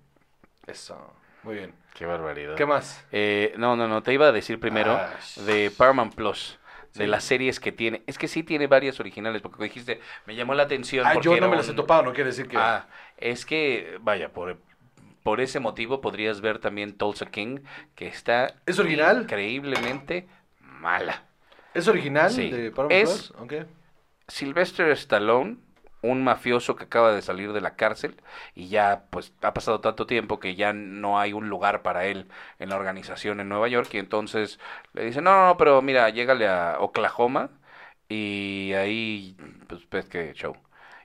[SPEAKER 4] Eso. Muy bien.
[SPEAKER 5] Qué barbaridad.
[SPEAKER 4] ¿Qué más?
[SPEAKER 5] Eh, no, no, no, te iba a decir primero
[SPEAKER 4] Ah,
[SPEAKER 5] de Paramount Plus, de
[SPEAKER 4] Sí.
[SPEAKER 5] las series que tiene. Es que sí tiene varias originales, porque como dijiste, me llamó la atención.
[SPEAKER 4] Ah,
[SPEAKER 5] porque
[SPEAKER 4] yo
[SPEAKER 5] era
[SPEAKER 4] no me las he
[SPEAKER 5] un-
[SPEAKER 4] topado, no quiere decir que...
[SPEAKER 5] Ah, es que, vaya, por, por ese motivo podrías ver también Tulsa King, que está
[SPEAKER 4] ¿Es original?
[SPEAKER 5] increíblemente mala.
[SPEAKER 4] ¿Es original
[SPEAKER 5] Sí.
[SPEAKER 4] de Paramount Plus?
[SPEAKER 5] Es-
[SPEAKER 4] Ok.
[SPEAKER 5] Sylvester Stallone, un mafioso que acaba de salir de la cárcel y ya pues ha pasado tanto tiempo que ya no hay un lugar para él en la organización en Nueva York y entonces le dice, no, no, no, pero mira, llégale a Oklahoma y ahí pues ves que show.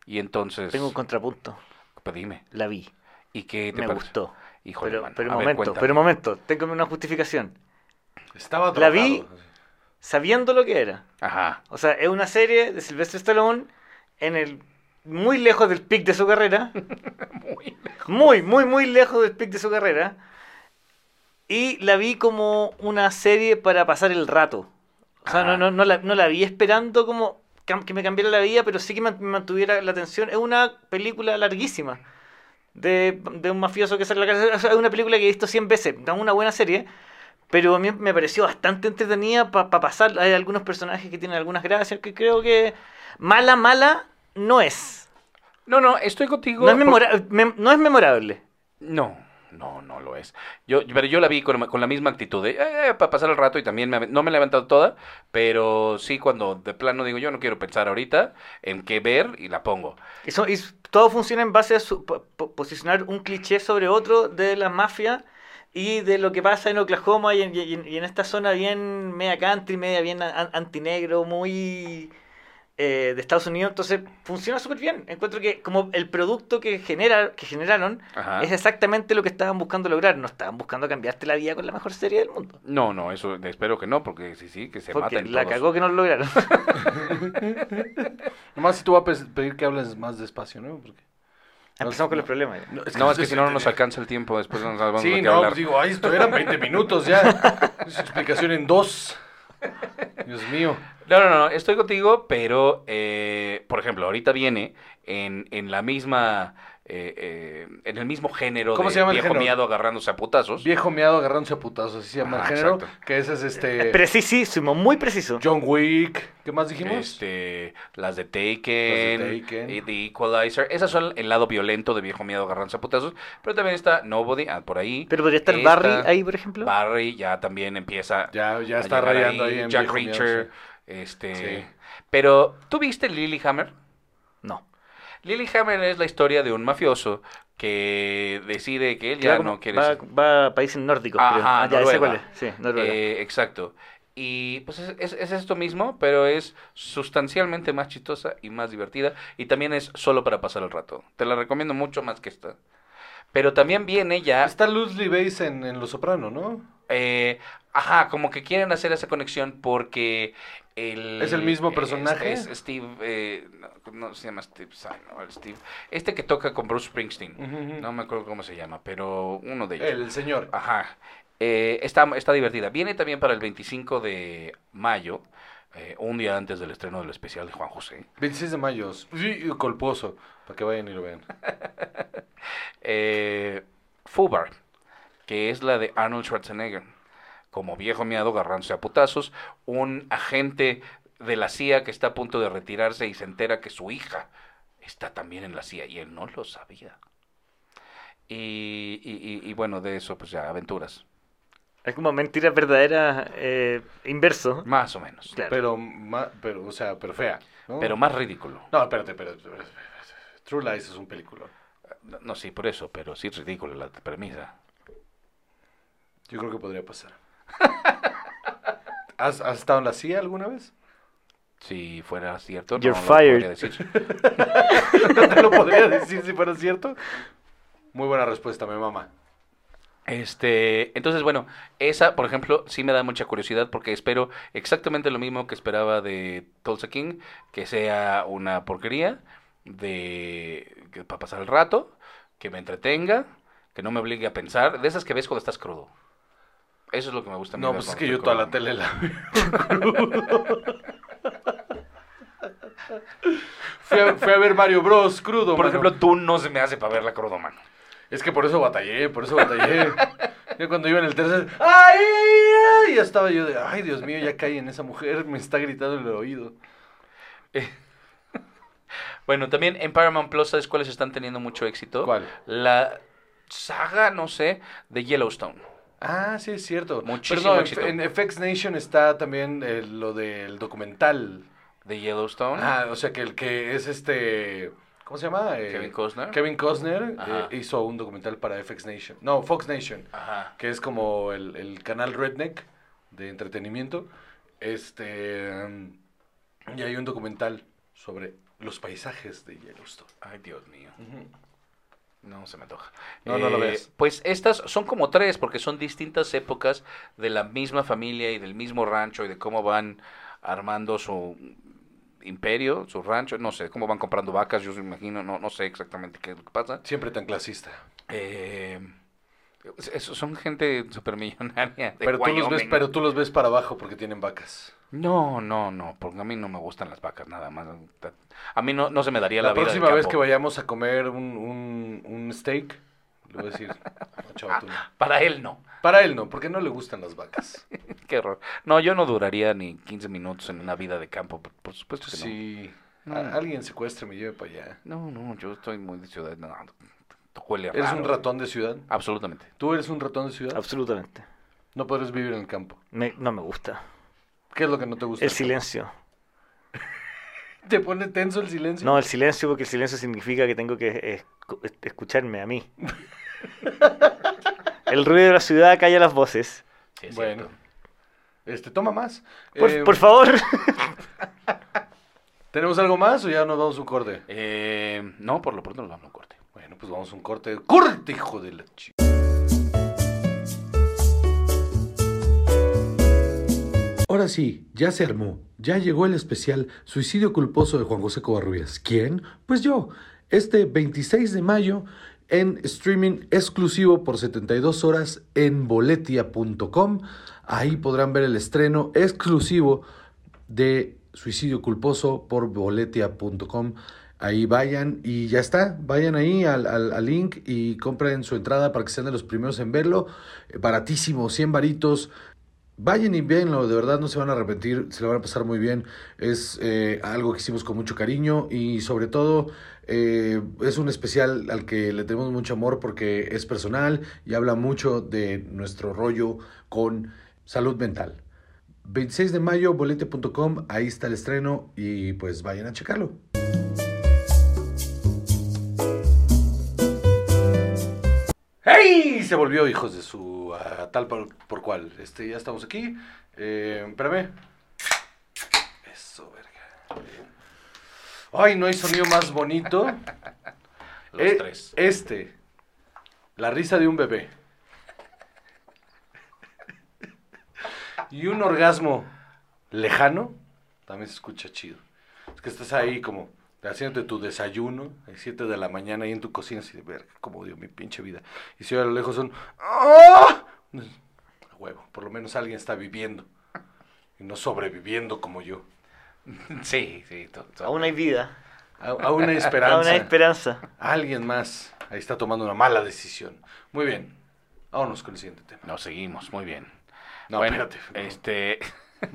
[SPEAKER 5] Y entonces,
[SPEAKER 6] Tengo un contrapunto.
[SPEAKER 5] pues, dime,
[SPEAKER 6] La vi.
[SPEAKER 5] ¿y qué te
[SPEAKER 6] Me
[SPEAKER 5] parece?
[SPEAKER 6] gustó.
[SPEAKER 5] Híjole,
[SPEAKER 6] pero,
[SPEAKER 5] mano,
[SPEAKER 6] pero
[SPEAKER 5] a
[SPEAKER 6] un
[SPEAKER 5] ver,
[SPEAKER 6] momento,
[SPEAKER 5] cuéntame.
[SPEAKER 6] pero un momento. Tengo una justificación.
[SPEAKER 4] Estaba
[SPEAKER 6] La vi-
[SPEAKER 4] drogado.
[SPEAKER 6] Sabiendo lo que era.
[SPEAKER 5] Ajá.
[SPEAKER 6] O sea, es una serie de Sylvester Stallone en el muy lejos del pic de su carrera. muy, muy, muy lejos del pic de su carrera. Y la vi como una serie para pasar el rato. O sea,
[SPEAKER 5] Ajá.
[SPEAKER 6] no, no, no, la, no la vi esperando como cam- que me cambiara la vida, pero sí que me mantuviera la atención. Es una película larguísima. De, de un mafioso que sale a la cárcel. O sea, es una película que he visto 100 veces. No es una buena serie. Pero a mí me pareció bastante entretenida para pasar. Hay algunos personajes que tienen algunas gracias que creo que mala, mala no es.
[SPEAKER 5] No, no, estoy contigo.
[SPEAKER 6] No es,
[SPEAKER 5] por-
[SPEAKER 6] memora- mem- no es memorable.
[SPEAKER 5] No, no, no lo es. Yo, pero yo la vi con, con la misma actitud, para pasar el rato y también me ave- no me la he levantado toda, pero sí cuando de plano digo yo no quiero pensar ahorita en qué ver y la pongo.
[SPEAKER 6] Eso, y todo funciona en base a su- po- po- posicionar un cliché sobre otro de la mafia y de lo que pasa en Oklahoma y en, y en- y en esta zona bien media country, media bien an- antinegro, muy eh, de Estados Unidos. Entonces funciona súper bien. Encuentro que como el producto que, genera, que generaron
[SPEAKER 5] Ajá.
[SPEAKER 6] es exactamente lo que estaban buscando lograr. No estaban buscando cambiarte la vida con la mejor serie del mundo.
[SPEAKER 5] No, no, eso espero que no, porque sí, sí, que se
[SPEAKER 6] Porque
[SPEAKER 5] maten
[SPEAKER 6] la
[SPEAKER 5] todos.
[SPEAKER 6] cagó que no lo lograron.
[SPEAKER 5] *laughs*
[SPEAKER 4] Nomás si tú vas a pe- pedir que hables más despacio, ¿no? Porque...
[SPEAKER 5] Ah,
[SPEAKER 6] Empezamos con los problemas. ya.
[SPEAKER 5] No, es que si no, no nos alcanza el tiempo, después nos vamos a
[SPEAKER 4] Sí,
[SPEAKER 5] tener que
[SPEAKER 4] no,
[SPEAKER 5] hablar.
[SPEAKER 4] pues digo, ahí estuvieran 20 minutos ya. Es explicación en dos. Dios mío.
[SPEAKER 5] No, no, no, estoy contigo, pero, eh, por ejemplo, ahorita viene en, en la misma, eh, eh, en el mismo género
[SPEAKER 4] ¿Cómo
[SPEAKER 5] de
[SPEAKER 4] se llama el
[SPEAKER 5] viejo
[SPEAKER 4] género?
[SPEAKER 5] miado agarrándose a putazos.
[SPEAKER 4] Viejo meado agarrándose a putazos, así se llama el
[SPEAKER 5] Ajá,
[SPEAKER 4] género.
[SPEAKER 5] Ah, exacto.
[SPEAKER 4] Que ese es
[SPEAKER 6] Eh,
[SPEAKER 4] este.
[SPEAKER 6] Precisísimo, muy preciso.
[SPEAKER 4] John Wick. ¿Qué más dijimos?
[SPEAKER 5] Este, las de Taken,
[SPEAKER 4] Las de Taken.
[SPEAKER 5] y The Equalizer. Esas son el lado violento de Viejo Miedo agarrándose a putazos. Pero también está Nobody ah, por ahí.
[SPEAKER 6] Pero podría estar
[SPEAKER 5] Esta-
[SPEAKER 6] Barry ahí, por ejemplo.
[SPEAKER 5] Barry ya también empieza.
[SPEAKER 4] Ya, ya
[SPEAKER 5] a
[SPEAKER 4] está
[SPEAKER 5] llegar
[SPEAKER 4] rayando ahí, en
[SPEAKER 5] Jack
[SPEAKER 4] Viejo Meado,
[SPEAKER 5] Reacher.
[SPEAKER 4] sí.
[SPEAKER 5] Este.
[SPEAKER 4] Sí.
[SPEAKER 5] Pero, ¿tú viste Lilyhammer?
[SPEAKER 6] No.
[SPEAKER 5] Lilyhammer es la historia de un mafioso que decide que él
[SPEAKER 6] Que va
[SPEAKER 5] ya
[SPEAKER 6] como-
[SPEAKER 5] no quiere
[SPEAKER 6] va,
[SPEAKER 5] ser-
[SPEAKER 6] va a países nórdicos,
[SPEAKER 5] Ajá,
[SPEAKER 6] creo. Ah, ya,
[SPEAKER 5] Noruega.
[SPEAKER 6] ese cuál es. Sí, Noruega.
[SPEAKER 5] Eh, exacto. Y pues es, es- es esto mismo, pero es sustancialmente más chistosa y más divertida. Y también es solo para pasar el rato. Te la recomiendo mucho más que esta. Pero también viene ya...
[SPEAKER 4] Está Loosely Base en, en Lo Soprano, ¿no?
[SPEAKER 5] eh, ajá, como que quieren hacer esa conexión porque... El,
[SPEAKER 4] ¿Es el mismo
[SPEAKER 5] es-
[SPEAKER 4] personaje?
[SPEAKER 5] Es, Steve... eh, no, no se llama Steve Zahn, no, el Steve. Este que toca con Bruce Springsteen.
[SPEAKER 4] Ujú.
[SPEAKER 5] No Ah. me acuerdo cómo se llama, pero uno de ellos.
[SPEAKER 4] El, el señor.
[SPEAKER 5] Ajá. Eh, está, está divertida. Viene también para el 25 de mayo, eh, un día antes del estreno del especial de Juan José.
[SPEAKER 4] 26 de mayo. Sí, colposo. Para que vayan y lo vean.
[SPEAKER 5] Eh, Fubar, que es la de Arnold Schwarzenegger. como viejo miado agarrándose a putazos, un agente de la CIA que está a punto de retirarse y se entera que su hija está también en la CIA y él no lo sabía. Y, y- y- y bueno, de eso pues ya aventuras,
[SPEAKER 6] Es como mentira verdadera eh, inverso.
[SPEAKER 5] más o menos.
[SPEAKER 6] Claro.
[SPEAKER 4] Pero, ma- pero, o sea, pero fea. ¿no?
[SPEAKER 5] Pero más ridículo.
[SPEAKER 4] No, espérate, pero. pero- True Lies es un película.
[SPEAKER 5] No, no, sí, por eso, pero sí es ridícula la premisa.
[SPEAKER 4] Yo creo que podría pasar. *laughs* ¿Has, has estado en la CIA alguna vez? *laughs*
[SPEAKER 5] Si fuera cierto, no
[SPEAKER 6] You're
[SPEAKER 5] lo podría
[SPEAKER 6] fired.
[SPEAKER 5] decir.
[SPEAKER 4] No te lo podría decir si fuera cierto. Muy buena respuesta, mi mamá.
[SPEAKER 5] Este, entonces, bueno, esa, por ejemplo, sí me da mucha curiosidad porque espero exactamente lo mismo que esperaba de Tulsa King, que sea una porquería, de que para pasar el rato, que me entretenga, que no me obligue a pensar, de esas que ves cuando estás crudo. Eso es lo que me gusta. a mí
[SPEAKER 4] No,
[SPEAKER 5] ver
[SPEAKER 4] pues es que
[SPEAKER 5] cuando
[SPEAKER 4] yo
[SPEAKER 5] estoy
[SPEAKER 4] toda
[SPEAKER 5] crudo.
[SPEAKER 4] la tele la veo crudo. *laughs* fui, a, fui a ver Mario Bros. crudo.
[SPEAKER 5] Por
[SPEAKER 4] mano.
[SPEAKER 5] ejemplo, tú no se me hace para verla crudo, mano.
[SPEAKER 4] Es que por eso batallé, por eso
[SPEAKER 5] *laughs*
[SPEAKER 4] batallé. Yo cuando iba en el tercer... ¡Ay! ay! Ya estaba yo de... ¡Ay, Dios mío, ya caí en esa mujer! Me está gritando en el oído.
[SPEAKER 5] Bueno, también en Paramount Plus, ¿sabes cuáles están teniendo mucho éxito?
[SPEAKER 4] ¿Cuál?
[SPEAKER 5] La saga, no sé, de Yellowstone.
[SPEAKER 4] Ah, sí, es cierto.
[SPEAKER 5] Muchísimo
[SPEAKER 4] Pero no, en-
[SPEAKER 5] éxito.
[SPEAKER 4] en, FX Nation está también eh, lo del documental.
[SPEAKER 5] De Yellowstone.
[SPEAKER 4] Ah, o sea, que el que es este... ¿Cómo se llama? Eh,
[SPEAKER 5] Kevin Costner.
[SPEAKER 4] Kevin Costner eh,
[SPEAKER 5] Ajá.
[SPEAKER 4] hizo un documental para FX Nation. No, Fox Nation.
[SPEAKER 5] Ajá.
[SPEAKER 4] que es como el, el canal Redneck de entretenimiento. Este. mm, Y hay un documental sobre los paisajes de Yellowstone.
[SPEAKER 5] Ay, Dios mío. No, se me antoja.
[SPEAKER 4] No, no lo ves.
[SPEAKER 5] Pues estas son como tres, porque son distintas épocas de la misma familia y del mismo rancho y de cómo van armando su imperio, su rancho, no sé, cómo van comprando vacas, yo me imagino, no, no sé exactamente qué es lo que pasa.
[SPEAKER 4] Siempre tan clasista.
[SPEAKER 5] Eh, es- son gente supermillonaria. de
[SPEAKER 4] Pero tú, los ves,
[SPEAKER 5] Wyoming.
[SPEAKER 4] pero tú los ves para abajo porque tienen vacas.
[SPEAKER 5] No, no, no, porque a mí no me gustan las vacas nada más. A mí no, no se me daría la,
[SPEAKER 4] La
[SPEAKER 5] vida del
[SPEAKER 4] próxima vez
[SPEAKER 5] campo.
[SPEAKER 4] que vayamos a comer un, un- un steak, le voy a decir, "No, chavo,
[SPEAKER 5] *laughs*
[SPEAKER 4] tú no".
[SPEAKER 5] Para él no.
[SPEAKER 4] Para él no, porque no le gustan las
[SPEAKER 5] *laughs*
[SPEAKER 4] vacas.
[SPEAKER 5] Qué horror. No, yo no duraría ni 15 minutos en una vida de campo, por, por supuesto que
[SPEAKER 4] Si
[SPEAKER 5] No. Mm.
[SPEAKER 4] a- alguien secuestre me lleve para allá.
[SPEAKER 5] no. No, no, yo estoy muy de ciudad. No, no, tú huele
[SPEAKER 4] ¿Eres
[SPEAKER 5] raro. Ah.
[SPEAKER 4] un ratón de ciudad?
[SPEAKER 5] Absolutamente.
[SPEAKER 4] ¿Tú eres un ratón de ciudad?
[SPEAKER 6] Absolutamente.
[SPEAKER 4] No podrás vivir en el campo.
[SPEAKER 6] Me- no me gusta.
[SPEAKER 4] ¿Qué es lo que no te gusta?
[SPEAKER 6] El silencio.
[SPEAKER 4] ¿Te pone tenso el silencio?
[SPEAKER 6] No, el silencio, porque el silencio significa que tengo que escu- escucharme
[SPEAKER 5] *laughs*
[SPEAKER 6] a mí. El ruido de la ciudad calla las voces.
[SPEAKER 5] Sí, es
[SPEAKER 4] bueno.
[SPEAKER 5] cierto.
[SPEAKER 4] Este, toma más.
[SPEAKER 6] Por,
[SPEAKER 4] Eh,
[SPEAKER 6] por favor.
[SPEAKER 5] *laughs*
[SPEAKER 4] ¿Tenemos algo más o ya nos vamos a un corte?
[SPEAKER 5] Eh, no, por lo pronto nos vamos a un corte.
[SPEAKER 4] Bueno, pues vamos a un corte. ¡Corte, hijo de la chi-
[SPEAKER 3] Ahora sí, ya se armó. Ya llegó el especial Suicidio Culposo de Juan José Covarrubias. ¿Quién? Pues yo. Este 26 de mayo en streaming exclusivo por 72 horas en boletia.com. Ahí podrán ver el estreno exclusivo de Suicidio Culposo por boletia.com. Ahí vayan y ya está. Vayan ahí al, al- al link y compren su entrada para que sean de los primeros en verlo. Eh, Baratísimo, 100 varitos. Vayan y véanlo, de verdad no se van a arrepentir, se lo van a pasar muy bien. Es eh, algo que hicimos con mucho cariño y sobre todo eh, es un especial al que le tenemos mucho amor porque es personal y habla mucho de nuestro rollo con salud mental. 26 de mayo, bolete.com, ahí está el estreno y pues vayan a checarlo.
[SPEAKER 4] ¡Ey! Se volvió, hijos de su... ah, tal por, por cual. Este, ya estamos aquí. Eh, espérame. Eso, verga. Ay, no hay sonido más bonito.
[SPEAKER 5] Los
[SPEAKER 4] Eh,
[SPEAKER 5] tres. *laughs*
[SPEAKER 4] Este. La risa de un bebé. Y un orgasmo lejano. También se escucha chido. Es que estás ahí como haciéndote tu desayuno a las 7 de la mañana ahí en tu cocina. Así de verga, como dio mi pinche vida. Y si a lo lejos son. ¡Ah! A huevo. Por lo menos alguien está viviendo. Y no sobreviviendo como yo.
[SPEAKER 5] Sí, sí. to- to-
[SPEAKER 6] Aún hay vida.
[SPEAKER 4] A, a una esperanza.
[SPEAKER 6] Aún hay esperanza.
[SPEAKER 4] Alguien más ahí está tomando una mala decisión. Muy bien, vámonos con el siguiente tema.
[SPEAKER 5] Nos seguimos, muy bien.
[SPEAKER 4] No,
[SPEAKER 5] bueno,
[SPEAKER 4] espérate.
[SPEAKER 5] Este. *laughs*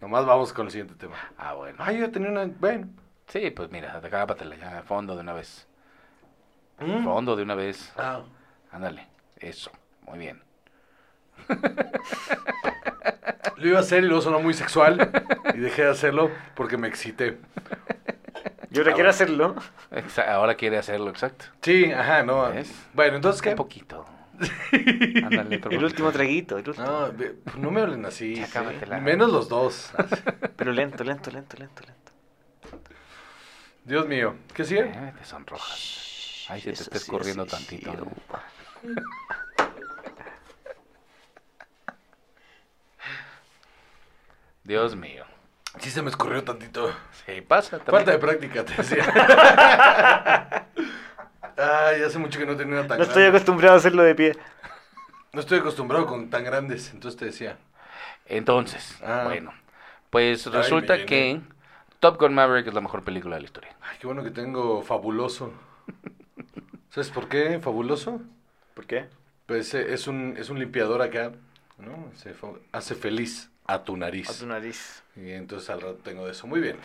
[SPEAKER 4] Nomás vamos con el siguiente tema.
[SPEAKER 5] Ah, bueno.
[SPEAKER 4] Ah, yo ya tenía una. Bueno.
[SPEAKER 5] Sí, pues mira, acápatela ya. a Fondo de una vez.
[SPEAKER 4] Mm.
[SPEAKER 5] Fondo de una vez.
[SPEAKER 4] Ah.
[SPEAKER 5] Ándale. Eso. Muy bien.
[SPEAKER 4] Lo iba a hacer y luego sonó muy sexual. Y dejé de hacerlo porque me excité.
[SPEAKER 6] Yo
[SPEAKER 5] Ah,
[SPEAKER 6] ahora quiero hacerlo.
[SPEAKER 5] Exa- Ahora quiere hacerlo, exacto.
[SPEAKER 4] Sí, ajá, no.
[SPEAKER 5] ¿Ves?
[SPEAKER 4] Bueno, entonces
[SPEAKER 5] Un
[SPEAKER 4] qué. *laughs*
[SPEAKER 5] poquito. Ándale, otro
[SPEAKER 6] El
[SPEAKER 5] poquito.
[SPEAKER 6] último traguito, el último.
[SPEAKER 4] No, ve- pues, no me hablen así.
[SPEAKER 5] Ya
[SPEAKER 4] sí.
[SPEAKER 5] cábatela.
[SPEAKER 4] Menos los dos.
[SPEAKER 6] Pero lento, lento, lento, lento, lento.
[SPEAKER 4] Dios mío. ¿Qué sigue?
[SPEAKER 5] Eh, te sonrojas. Ay, se te
[SPEAKER 6] Eso
[SPEAKER 5] está
[SPEAKER 6] sí,
[SPEAKER 5] escurriendo
[SPEAKER 6] sí,
[SPEAKER 5] tantito.
[SPEAKER 6] sí,
[SPEAKER 5] ¿no? Dios mío.
[SPEAKER 4] Sí, se me escurrió tantito.
[SPEAKER 5] Sí, pasa.
[SPEAKER 4] Falta
[SPEAKER 5] tranquilo.
[SPEAKER 4] de práctica, te decía.
[SPEAKER 5] *laughs*
[SPEAKER 4] Ay, hace mucho que no tenía una tan
[SPEAKER 6] No estoy
[SPEAKER 4] grande.
[SPEAKER 6] acostumbrado a hacerlo de pie.
[SPEAKER 4] No estoy acostumbrado con tan grandes, entonces te decía.
[SPEAKER 5] Entonces,
[SPEAKER 4] Ah.
[SPEAKER 5] bueno, pues
[SPEAKER 4] Ay,
[SPEAKER 5] resulta
[SPEAKER 4] Miguel.
[SPEAKER 5] que Top Gun Maverick es la mejor película de la historia.
[SPEAKER 4] Ay, qué bueno que tengo fabuloso. ¿Sabes por qué fabuloso?
[SPEAKER 6] ¿Por qué?
[SPEAKER 4] Pues eh, es un, es un limpiador acá, ¿no? Se fa- hace feliz a tu nariz.
[SPEAKER 6] A tu nariz.
[SPEAKER 4] Y entonces al rato tengo de eso. Muy bien.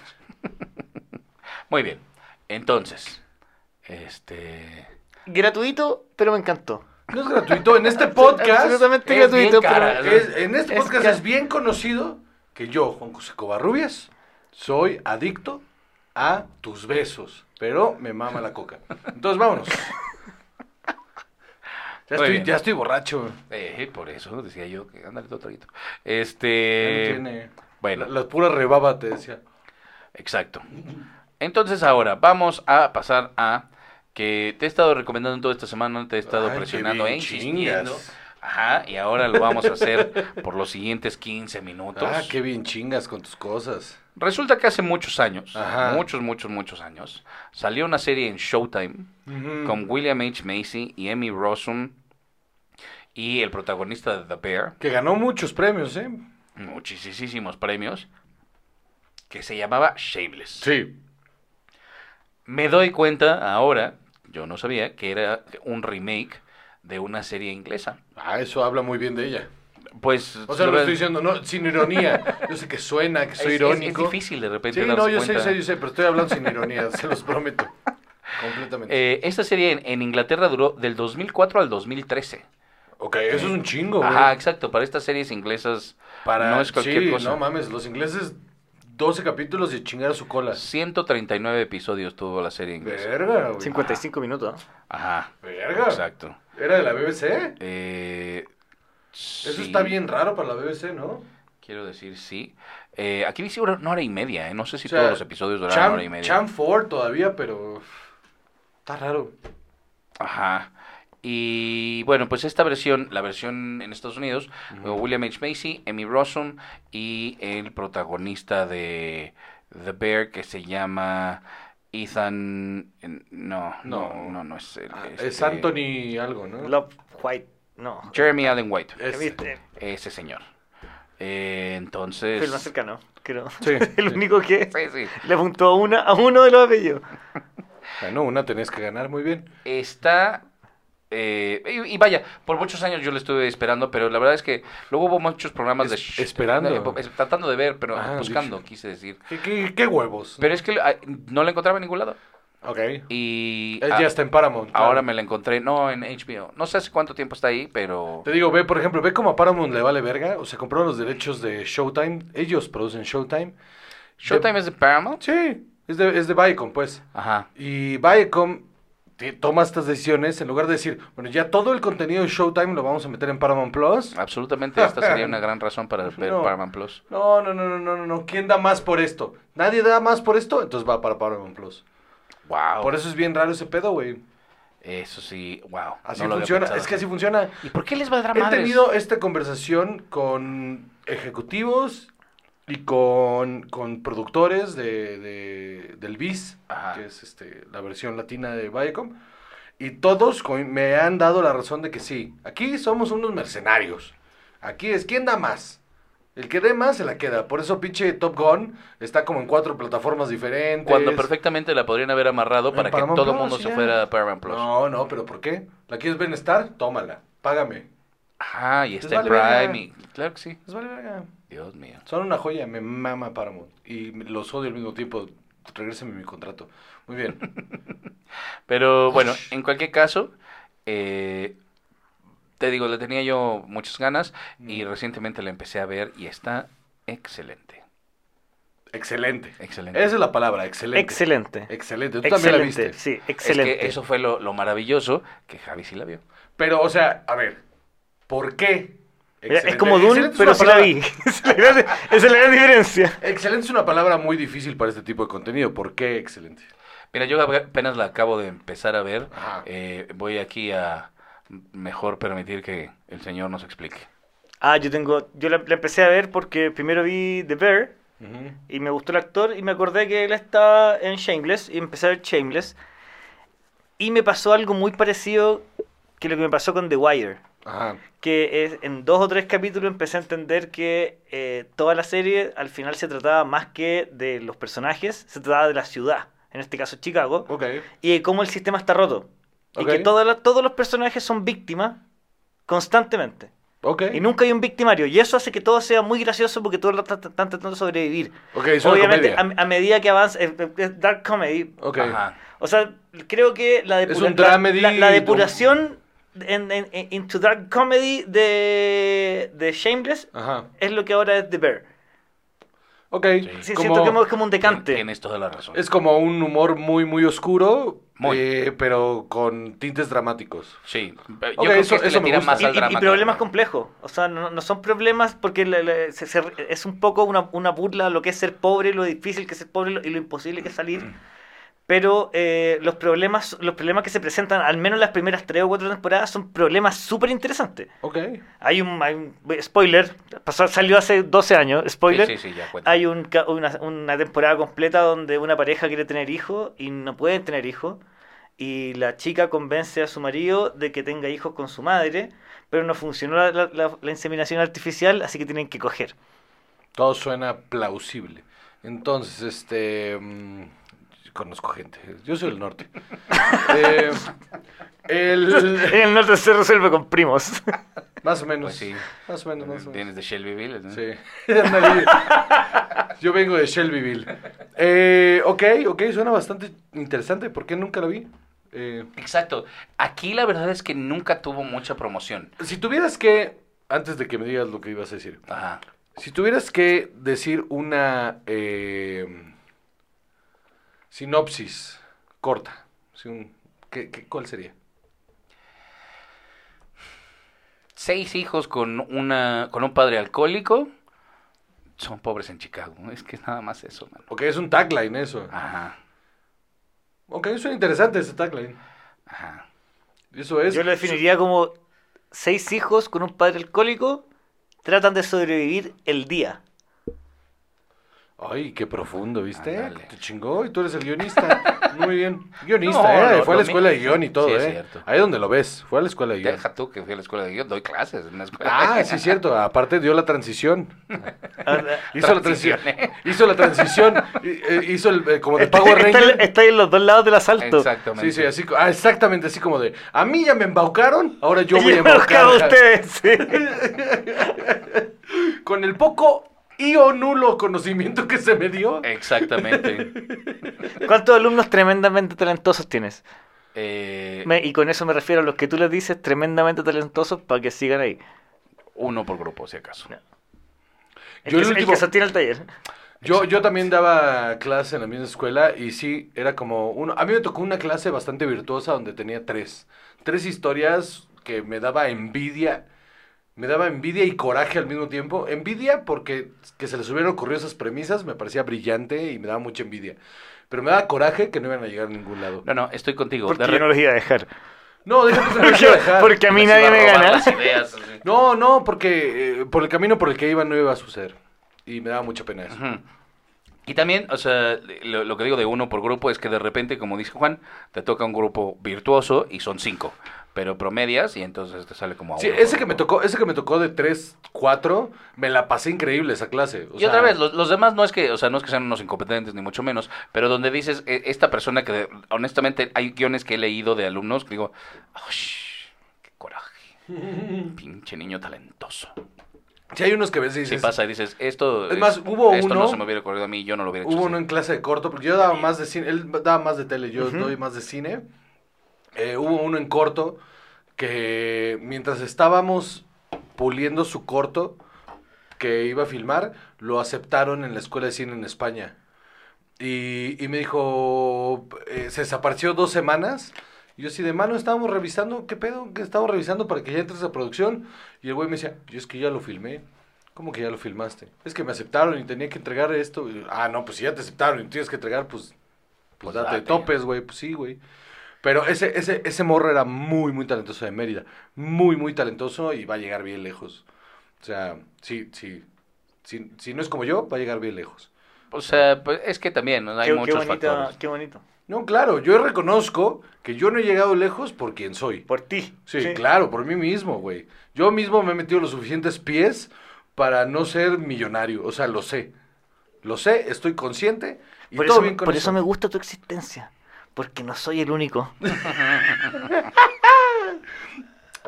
[SPEAKER 5] Muy bien, entonces, este...
[SPEAKER 6] Gratuito, pero me encantó.
[SPEAKER 4] No es gratuito. En este podcast.
[SPEAKER 6] Absolutamente
[SPEAKER 5] es bien
[SPEAKER 6] gratuito,
[SPEAKER 5] cara,
[SPEAKER 6] pero.
[SPEAKER 4] es- en este
[SPEAKER 6] Es
[SPEAKER 4] podcast
[SPEAKER 6] que-
[SPEAKER 4] es bien conocido que yo, Juan José Covarrubias, soy adicto a tus besos. Pero me mama la coca. Entonces
[SPEAKER 5] *laughs*
[SPEAKER 4] vámonos. Ya
[SPEAKER 5] Muy
[SPEAKER 4] estoy,
[SPEAKER 5] bien.
[SPEAKER 4] ya estoy borracho.
[SPEAKER 5] eh, por eso decía yo que ándale todo traguito.
[SPEAKER 4] Ya
[SPEAKER 5] Este...
[SPEAKER 4] no tiene-
[SPEAKER 5] bueno.
[SPEAKER 4] La, la pura rebaba te decía.
[SPEAKER 5] Exacto. Entonces ahora vamos a pasar a que te he estado recomendando toda esta semana, te he estado
[SPEAKER 4] Ay, qué
[SPEAKER 5] presionando e
[SPEAKER 4] bien
[SPEAKER 5] insistiendo.
[SPEAKER 4] chingas.
[SPEAKER 5] Ajá, y ahora lo vamos a hacer por los siguientes 15 minutos.
[SPEAKER 4] Ah, qué bien chingas con tus cosas.
[SPEAKER 5] Resulta que hace muchos años,
[SPEAKER 4] Ajá.
[SPEAKER 5] muchos, muchos, muchos años, salió una serie en Showtime
[SPEAKER 4] Mm.
[SPEAKER 5] con William H. Macy y Emmy Rossum y el protagonista de The Bear,
[SPEAKER 4] Que ganó muchos premios, ¿eh?
[SPEAKER 5] muchísimos premios, que se llamaba Shameless.
[SPEAKER 4] Sí.
[SPEAKER 5] Me doy cuenta ahora, yo no sabía, que era un remake de una serie inglesa.
[SPEAKER 4] Ah, eso habla muy bien de ella.
[SPEAKER 5] Pues...
[SPEAKER 4] O sea,
[SPEAKER 5] la
[SPEAKER 4] lo
[SPEAKER 5] verdad-
[SPEAKER 4] estoy diciendo no, sin ironía. Yo sé que suena,
[SPEAKER 5] *laughs*
[SPEAKER 4] que
[SPEAKER 5] es-
[SPEAKER 4] soy
[SPEAKER 5] es-
[SPEAKER 4] irónico.
[SPEAKER 5] Es, difícil de repente
[SPEAKER 4] Sí,
[SPEAKER 5] darse
[SPEAKER 4] no, yo sé,
[SPEAKER 5] cuenta.
[SPEAKER 4] sé, yo sé, pero estoy hablando sin ironía, *laughs* se los prometo. Completamente.
[SPEAKER 5] Eh, esta serie en, en Inglaterra duró del 2004 al 2013.
[SPEAKER 4] ok, eso es un chingo, güey.
[SPEAKER 5] Ajá, exacto. Para estas series inglesas
[SPEAKER 4] Para,
[SPEAKER 5] no es cualquier
[SPEAKER 4] sí,
[SPEAKER 5] cosa.
[SPEAKER 4] no mames, los ingleses 12 capítulos y chingar a su cola.
[SPEAKER 5] 139 episodios tuvo la serie inglesa.
[SPEAKER 4] Ah. Verga, güey.
[SPEAKER 6] 55 minutos. ¿no?
[SPEAKER 5] Ajá.
[SPEAKER 4] Verga.
[SPEAKER 5] Exacto.
[SPEAKER 4] ¿Era de la BBC?
[SPEAKER 5] Eh,
[SPEAKER 4] Eso
[SPEAKER 5] sí,
[SPEAKER 4] está bien raro para la BBC, ¿no?
[SPEAKER 5] Quiero decir sí. Eh, aquí dice una una hora y media. eh, No sé si
[SPEAKER 4] O sea,
[SPEAKER 5] todos los episodios duraron
[SPEAKER 4] Cham-
[SPEAKER 5] una hora y media.
[SPEAKER 4] Cham Ford todavía, pero... Está raro.
[SPEAKER 5] Ajá. Y bueno, pues esta versión, la versión en Estados Unidos, eh, William H. Macy, Emmy Rossum y el protagonista de The Bear que se llama Ethan... No, no, no,
[SPEAKER 4] No.
[SPEAKER 5] no, es él.
[SPEAKER 4] Ah,
[SPEAKER 5] este,
[SPEAKER 4] Es Anthony algo, ¿no?
[SPEAKER 6] Ah. Love White. No.
[SPEAKER 5] Jeremy Allen White,
[SPEAKER 4] Ese.
[SPEAKER 6] ¿Viste?
[SPEAKER 5] ese señor. Eh, entonces...
[SPEAKER 6] El más cercano, creo.
[SPEAKER 4] *laughs* Sí,
[SPEAKER 6] *laughs* El
[SPEAKER 4] sí.
[SPEAKER 6] único que
[SPEAKER 5] *laughs* Sí, sí.
[SPEAKER 6] le apuntó a, una, a uno de los apellidos.
[SPEAKER 4] Bueno, Ah, una tenés que ganar muy bien.
[SPEAKER 5] está. eh, y, y vaya, por muchos años yo le estuve esperando, pero la verdad es que luego hubo muchos programas de.
[SPEAKER 4] Es-
[SPEAKER 5] sh-
[SPEAKER 4] esperando.
[SPEAKER 5] eh, po- es- tratando de ver, pero
[SPEAKER 4] Ah,
[SPEAKER 5] buscando,
[SPEAKER 4] dije.
[SPEAKER 5] quise decir.
[SPEAKER 4] ¿Qué, qué- qué huevos?
[SPEAKER 5] Pero es que ah, no la encontraba en ningún lado.
[SPEAKER 4] ok.
[SPEAKER 5] Y.
[SPEAKER 4] Eh,
[SPEAKER 5] ah,
[SPEAKER 4] ya está en Paramount. claro.
[SPEAKER 5] Ahora me la encontré, no en HBO. No sé hace cuánto tiempo está ahí, pero.
[SPEAKER 4] Te digo, ve, por ejemplo, ve cómo a Paramount le vale verga. O sea, compraron los derechos de Showtime. Ellos producen Showtime.
[SPEAKER 5] Showtime es de Paramount.
[SPEAKER 4] Sí, es de, es de Viacom, pues.
[SPEAKER 5] Ajá.
[SPEAKER 4] Y Viacom te- toma estas decisiones en lugar de decir, bueno, ya todo el contenido de Showtime lo vamos a meter en Paramount Plus.
[SPEAKER 5] Ah. Absolutamente, esta sería una gran razón para
[SPEAKER 4] *laughs*
[SPEAKER 5] ver
[SPEAKER 4] No.
[SPEAKER 5] Paramount Plus.
[SPEAKER 4] No, no, no, no, no, no, no. ¿Quién da más por esto? Nadie da más por esto, entonces va para Paramount Plus.
[SPEAKER 5] ¡Wow!
[SPEAKER 4] Por eso es bien raro ese pedo, güey.
[SPEAKER 5] Eso sí, wow.
[SPEAKER 4] Así
[SPEAKER 5] no lo había
[SPEAKER 4] funciona,
[SPEAKER 5] pensado
[SPEAKER 4] es que así funciona.
[SPEAKER 5] ¿Y por qué les valdrá
[SPEAKER 4] He
[SPEAKER 5] madres?
[SPEAKER 4] tenido esta conversación con ejecutivos y con, con productores de, de- del BIS,
[SPEAKER 5] Ajá.
[SPEAKER 4] que es este, la versión latina de Viacom, y todos co- me han dado la razón de que sí, aquí somos unos mercenarios. Aquí es quien da más. El que dé más se la queda. Por eso pinche Top Gun está como en cuatro plataformas diferentes.
[SPEAKER 5] Cuando perfectamente la podrían haber amarrado
[SPEAKER 4] En
[SPEAKER 5] para que
[SPEAKER 4] Paramount
[SPEAKER 5] todo el
[SPEAKER 4] Plus,
[SPEAKER 5] mundo se
[SPEAKER 4] ya.
[SPEAKER 5] fuera a Paramount Plus.
[SPEAKER 4] No, no, pero ¿por qué? ¿La quieres ver en Star? Tómala, págame.
[SPEAKER 5] Ajá, y está en
[SPEAKER 4] vale verga.
[SPEAKER 5] Prime. y- Claro que sí.
[SPEAKER 4] Les vale verga.
[SPEAKER 5] Dios mío.
[SPEAKER 4] Son una joya, me mama Paramount. Y los odio al mismo tiempo. Regrésame mi contrato. Muy
[SPEAKER 6] *laughs*
[SPEAKER 4] bien.
[SPEAKER 5] Pero bueno, en cualquier caso, eh, te digo, le tenía yo muchas ganas y
[SPEAKER 4] Mm.
[SPEAKER 5] recientemente la empecé a ver y está excelente.
[SPEAKER 4] excelente.
[SPEAKER 5] Excelente.
[SPEAKER 4] Esa es la palabra, excelente.
[SPEAKER 6] Excelente.
[SPEAKER 4] Excelente. Tú también la viste.
[SPEAKER 6] Excelente. Sí,
[SPEAKER 5] Es que
[SPEAKER 6] excelente.
[SPEAKER 5] eso fue lo, lo maravilloso que Javi sí la vio.
[SPEAKER 4] Pero, o sea, a ver, ¿por qué?
[SPEAKER 6] Mira, es
[SPEAKER 4] Excelente?
[SPEAKER 6] como Dune,
[SPEAKER 4] Excelente es
[SPEAKER 6] pero
[SPEAKER 4] una
[SPEAKER 6] sí la
[SPEAKER 4] palabra-
[SPEAKER 6] vi. *laughs* Esa es la gran- esa es la gran diferencia.
[SPEAKER 4] Excelente es una palabra muy difícil para este tipo de contenido. ¿Por qué excelente?
[SPEAKER 5] Mira, yo apenas la acabo de empezar a ver.
[SPEAKER 4] Ajá.
[SPEAKER 5] Eh, voy aquí a mejor permitir que el señor nos explique.
[SPEAKER 6] Ah, yo tengo. Yo la, la empecé a ver porque primero vi The Bear y me gustó el actor y me acordé que él estaba en Shameless y empecé a ver Shameless. Y me pasó algo muy parecido que lo que me pasó con The Wire.
[SPEAKER 4] Ajá.
[SPEAKER 6] que es, en dos o tres capítulos empecé a entender que eh, toda la serie al final se trataba más que de los personajes, se trataba de la ciudad, en este caso Chicago,
[SPEAKER 4] Ok.
[SPEAKER 6] y de cómo el sistema está roto.
[SPEAKER 4] Ok.
[SPEAKER 6] Y que toda la- todos los personajes son víctimas constantemente.
[SPEAKER 4] Ok.
[SPEAKER 6] Y nunca hay un victimario. Y eso hace que todo sea muy gracioso porque todos lo están están tratando de sobrevivir.
[SPEAKER 4] Ok, es una
[SPEAKER 6] Obviamente,
[SPEAKER 4] comedia.
[SPEAKER 6] a, a medida que avanza, es, es- es dark comedy.
[SPEAKER 4] Ok.
[SPEAKER 5] Ajá.
[SPEAKER 6] O sea, creo que la,
[SPEAKER 4] Es
[SPEAKER 6] depura-
[SPEAKER 4] un
[SPEAKER 6] la-
[SPEAKER 4] dramedy,
[SPEAKER 6] la- la
[SPEAKER 4] un-
[SPEAKER 6] depuración en, en- en- into dark comedy de, de Shameless
[SPEAKER 4] Ajá.
[SPEAKER 6] es lo que ahora es The Bear.
[SPEAKER 4] Ok.
[SPEAKER 6] Sí,
[SPEAKER 4] como-
[SPEAKER 6] siento que hemos- es como un decante.
[SPEAKER 5] Tienes toda la razón.
[SPEAKER 4] Es como un humor muy, muy oscuro,
[SPEAKER 5] Muy.
[SPEAKER 4] eh, pero con tintes dramáticos.
[SPEAKER 5] Sí, yo
[SPEAKER 4] Ok,
[SPEAKER 5] creo
[SPEAKER 4] eso-
[SPEAKER 5] que este
[SPEAKER 4] eso
[SPEAKER 5] le
[SPEAKER 4] me
[SPEAKER 5] tira
[SPEAKER 4] gusta.
[SPEAKER 5] más
[SPEAKER 6] Y,
[SPEAKER 5] al
[SPEAKER 6] y- y
[SPEAKER 5] drama.
[SPEAKER 6] problemas complejos. O sea, no, no son problemas porque la- la- se- se- es un poco una, una burla a lo que es ser pobre, lo difícil que es ser pobre lo- y lo imposible que
[SPEAKER 5] *clears throat*
[SPEAKER 6] es salir. Pero eh, los problemas los problemas que se presentan, al menos las primeras tres o cuatro temporadas, son problemas súper interesantes.
[SPEAKER 4] Ok.
[SPEAKER 6] Hay un, hay un- spoiler, pasó- salió hace 12 años, spoiler.
[SPEAKER 4] ¿eh?
[SPEAKER 5] Sí, sí, sí, ya cuenta.
[SPEAKER 6] Hay un ca- una, una temporada completa donde una pareja quiere tener hijos y no pueden tener hijos. Y la chica convence a su marido de que tenga hijos con su madre, pero no funcionó la, la- la- la inseminación artificial, así que tienen que coger. *laughs*
[SPEAKER 4] Todo suena plausible. Entonces, este. mm, conozco gente. Yo soy del
[SPEAKER 5] *laughs*
[SPEAKER 4] norte. Eh, el.
[SPEAKER 6] En el norte se resuelve con primos.
[SPEAKER 4] Más o menos.
[SPEAKER 5] Pues sí.
[SPEAKER 4] Más o menos, más o menos.
[SPEAKER 5] Vienes de Shelbyville, ¿no?
[SPEAKER 4] Sí. *laughs* Ándale. Yo vengo de Shelbyville. Eh, ok, ok, suena bastante interesante. ¿Por qué nunca la vi? Eh,
[SPEAKER 5] Exacto. Aquí la verdad es que nunca tuvo mucha promoción.
[SPEAKER 4] si tuvieras que, antes de que me digas lo que ibas a decir,
[SPEAKER 5] Ajá.
[SPEAKER 4] si tuvieras que decir una eh, sinopsis corta, si un- ¿qué- qué- cuál sería?
[SPEAKER 5] Seis hijos con una con un padre alcohólico son pobres en Chicago. Es que es nada más eso, mano.
[SPEAKER 4] Ok, es un tagline eso.
[SPEAKER 5] Ajá.
[SPEAKER 4] Ok, suena interesante ese tagline.
[SPEAKER 5] Ajá.
[SPEAKER 4] Eso es.
[SPEAKER 6] Yo lo definiría como seis hijos con un padre alcohólico tratan de sobrevivir el
[SPEAKER 4] *laughs*
[SPEAKER 6] día.
[SPEAKER 4] Ay, qué profundo, ¿viste?
[SPEAKER 5] Ándale.
[SPEAKER 4] Te chingó y tú eres el
[SPEAKER 5] *laughs*
[SPEAKER 4] guionista. Muy bien. Guionista,
[SPEAKER 5] No,
[SPEAKER 4] ¿eh?
[SPEAKER 5] no,
[SPEAKER 4] fue a
[SPEAKER 5] lo
[SPEAKER 4] la escuela de
[SPEAKER 5] mío-
[SPEAKER 4] guión y todo,
[SPEAKER 5] Sí, es
[SPEAKER 4] ¿eh?
[SPEAKER 5] cierto.
[SPEAKER 4] Ahí donde lo ves, fue a la escuela de guión.
[SPEAKER 5] Deja tú que fui a la escuela de yo doy clases en la escuela.
[SPEAKER 4] Ah, sí,
[SPEAKER 5] *laughs*
[SPEAKER 4] es cierto. Aparte dio la transición.
[SPEAKER 6] Ahora-
[SPEAKER 4] Hizo la transición.
[SPEAKER 5] Transición,
[SPEAKER 4] Hizo la transición. y, eh, Hizo el, eh, como de
[SPEAKER 6] Está,
[SPEAKER 4] Power
[SPEAKER 6] está-
[SPEAKER 4] Ranger.
[SPEAKER 6] está en los dos lados del asalto.
[SPEAKER 5] Exactamente.
[SPEAKER 4] Sí, sí, así, co- ah, exactamente, así como de, a mí ya me embaucaron, ahora
[SPEAKER 6] *laughs*
[SPEAKER 4] yo voy a
[SPEAKER 6] Y me
[SPEAKER 4] embaucar.
[SPEAKER 6] buscaba ustedes, sí.
[SPEAKER 4] Con el poco y o nulo conocimiento que se me dio. *laughs*
[SPEAKER 5] Exactamente.
[SPEAKER 6] ¿Cuántos alumnos tremendamente talentosos tienes?
[SPEAKER 5] Eh,
[SPEAKER 6] Me- y con eso me refiero a los que tú les dices tremendamente talentosos para que sigan ahí.
[SPEAKER 5] Uno por grupo, si acaso.
[SPEAKER 6] El,
[SPEAKER 4] Yo el
[SPEAKER 6] que, el
[SPEAKER 4] último-
[SPEAKER 6] que sostiene el taller.
[SPEAKER 4] Yo, yo también daba clase en la misma escuela y sí, era como uno. A mí me tocó una clase bastante virtuosa donde tenía tres. Tres historias que me daba envidia. Me daba envidia y coraje al mismo tiempo. Envidia porque que se les hubieran ocurrido esas premisas me parecía brillante y me daba mucha envidia. Pero me daba coraje que no iban a llegar a ningún lado.
[SPEAKER 5] No, no, estoy contigo.
[SPEAKER 6] Porque
[SPEAKER 5] De
[SPEAKER 6] yo no
[SPEAKER 5] re-
[SPEAKER 6] los iba a dejar.
[SPEAKER 4] No, déjate que
[SPEAKER 6] Porque, porque a mí
[SPEAKER 5] les iba
[SPEAKER 6] nadie me
[SPEAKER 5] robar
[SPEAKER 6] gana.
[SPEAKER 5] las ideas, así.
[SPEAKER 4] No, no, porque eh, por el camino por el que iba no iba a suceder. Y me daba mucha pena eso.
[SPEAKER 5] Ujú. Y también, o sea, lo, lo que digo de uno por grupo es que de repente, como dice Juan, te toca un grupo virtuoso y son cinco, pero promedias y entonces te sale como a
[SPEAKER 4] Sí,
[SPEAKER 5] uno
[SPEAKER 4] ese
[SPEAKER 5] por
[SPEAKER 4] que me
[SPEAKER 5] grupo.
[SPEAKER 4] tocó, ese que me tocó de 3, 4, me la pasé increíble esa clase. o
[SPEAKER 5] Y
[SPEAKER 4] sea,
[SPEAKER 5] otra vez, los, los demás no es que, o sea, no es que sean unos incompetentes ni mucho menos, pero donde dices, "E- esta persona que de- honestamente hay guiones que he leído de alumnos que digo, "Ay, qué coraje! Pinche niño talentoso.
[SPEAKER 4] *laughs* Sí, hay unos que a veces
[SPEAKER 5] Si
[SPEAKER 4] dices,
[SPEAKER 5] pasa y dices, esto.
[SPEAKER 4] Es más, hubo
[SPEAKER 5] esto
[SPEAKER 4] uno-
[SPEAKER 5] no se me hubiera ocurrido a mí, yo no lo hubiera hecho.
[SPEAKER 4] Hubo
[SPEAKER 5] así.
[SPEAKER 4] uno en clase de corto, porque yo daba más de cine, él daba más de tele, yo doy más de cine. Eh, hubo uno en corto que mientras estábamos puliendo su corto que iba a filmar, lo aceptaron en la escuela de cine en España. Y, y me dijo, eh, se desapareció dos semanas. Y yo así de mano estábamos revisando, ¿qué pedo? ¿Qué estábamos revisando para que ya entres a producción? Y el güey me decía, yo es que ya lo filmé. ¿Cómo que ya lo filmaste? Es que me aceptaron y tenía que entregar esto. Y, ah, no, pues si ya te aceptaron y tienes que entregar, pues, pues
[SPEAKER 5] Pues
[SPEAKER 4] date, de
[SPEAKER 5] date,
[SPEAKER 4] topes, güey. Pues sí, güey. Pero ese, ese, ese morro era muy, muy talentoso de Mérida. Muy, muy talentoso y va a llegar bien lejos. O sea, sí, sí. Si, si no es como yo, va a llegar bien lejos.
[SPEAKER 5] O sea, pues, es que también ¿no? hay
[SPEAKER 6] qué, qué
[SPEAKER 5] muchos
[SPEAKER 6] bonito,
[SPEAKER 5] factores.
[SPEAKER 6] qué bonito.
[SPEAKER 4] No, claro, yo reconozco que yo no he llegado lejos por quien soy.
[SPEAKER 6] Por ti.
[SPEAKER 4] Sí, claro, por mí mismo, güey. Yo mismo me he metido los suficientes pies para no ser millonario. O sea, lo sé. Lo sé, estoy consciente y
[SPEAKER 6] Por,
[SPEAKER 4] todo
[SPEAKER 6] eso,
[SPEAKER 4] bien con
[SPEAKER 6] por eso me gusta tu existencia. Porque no soy el único.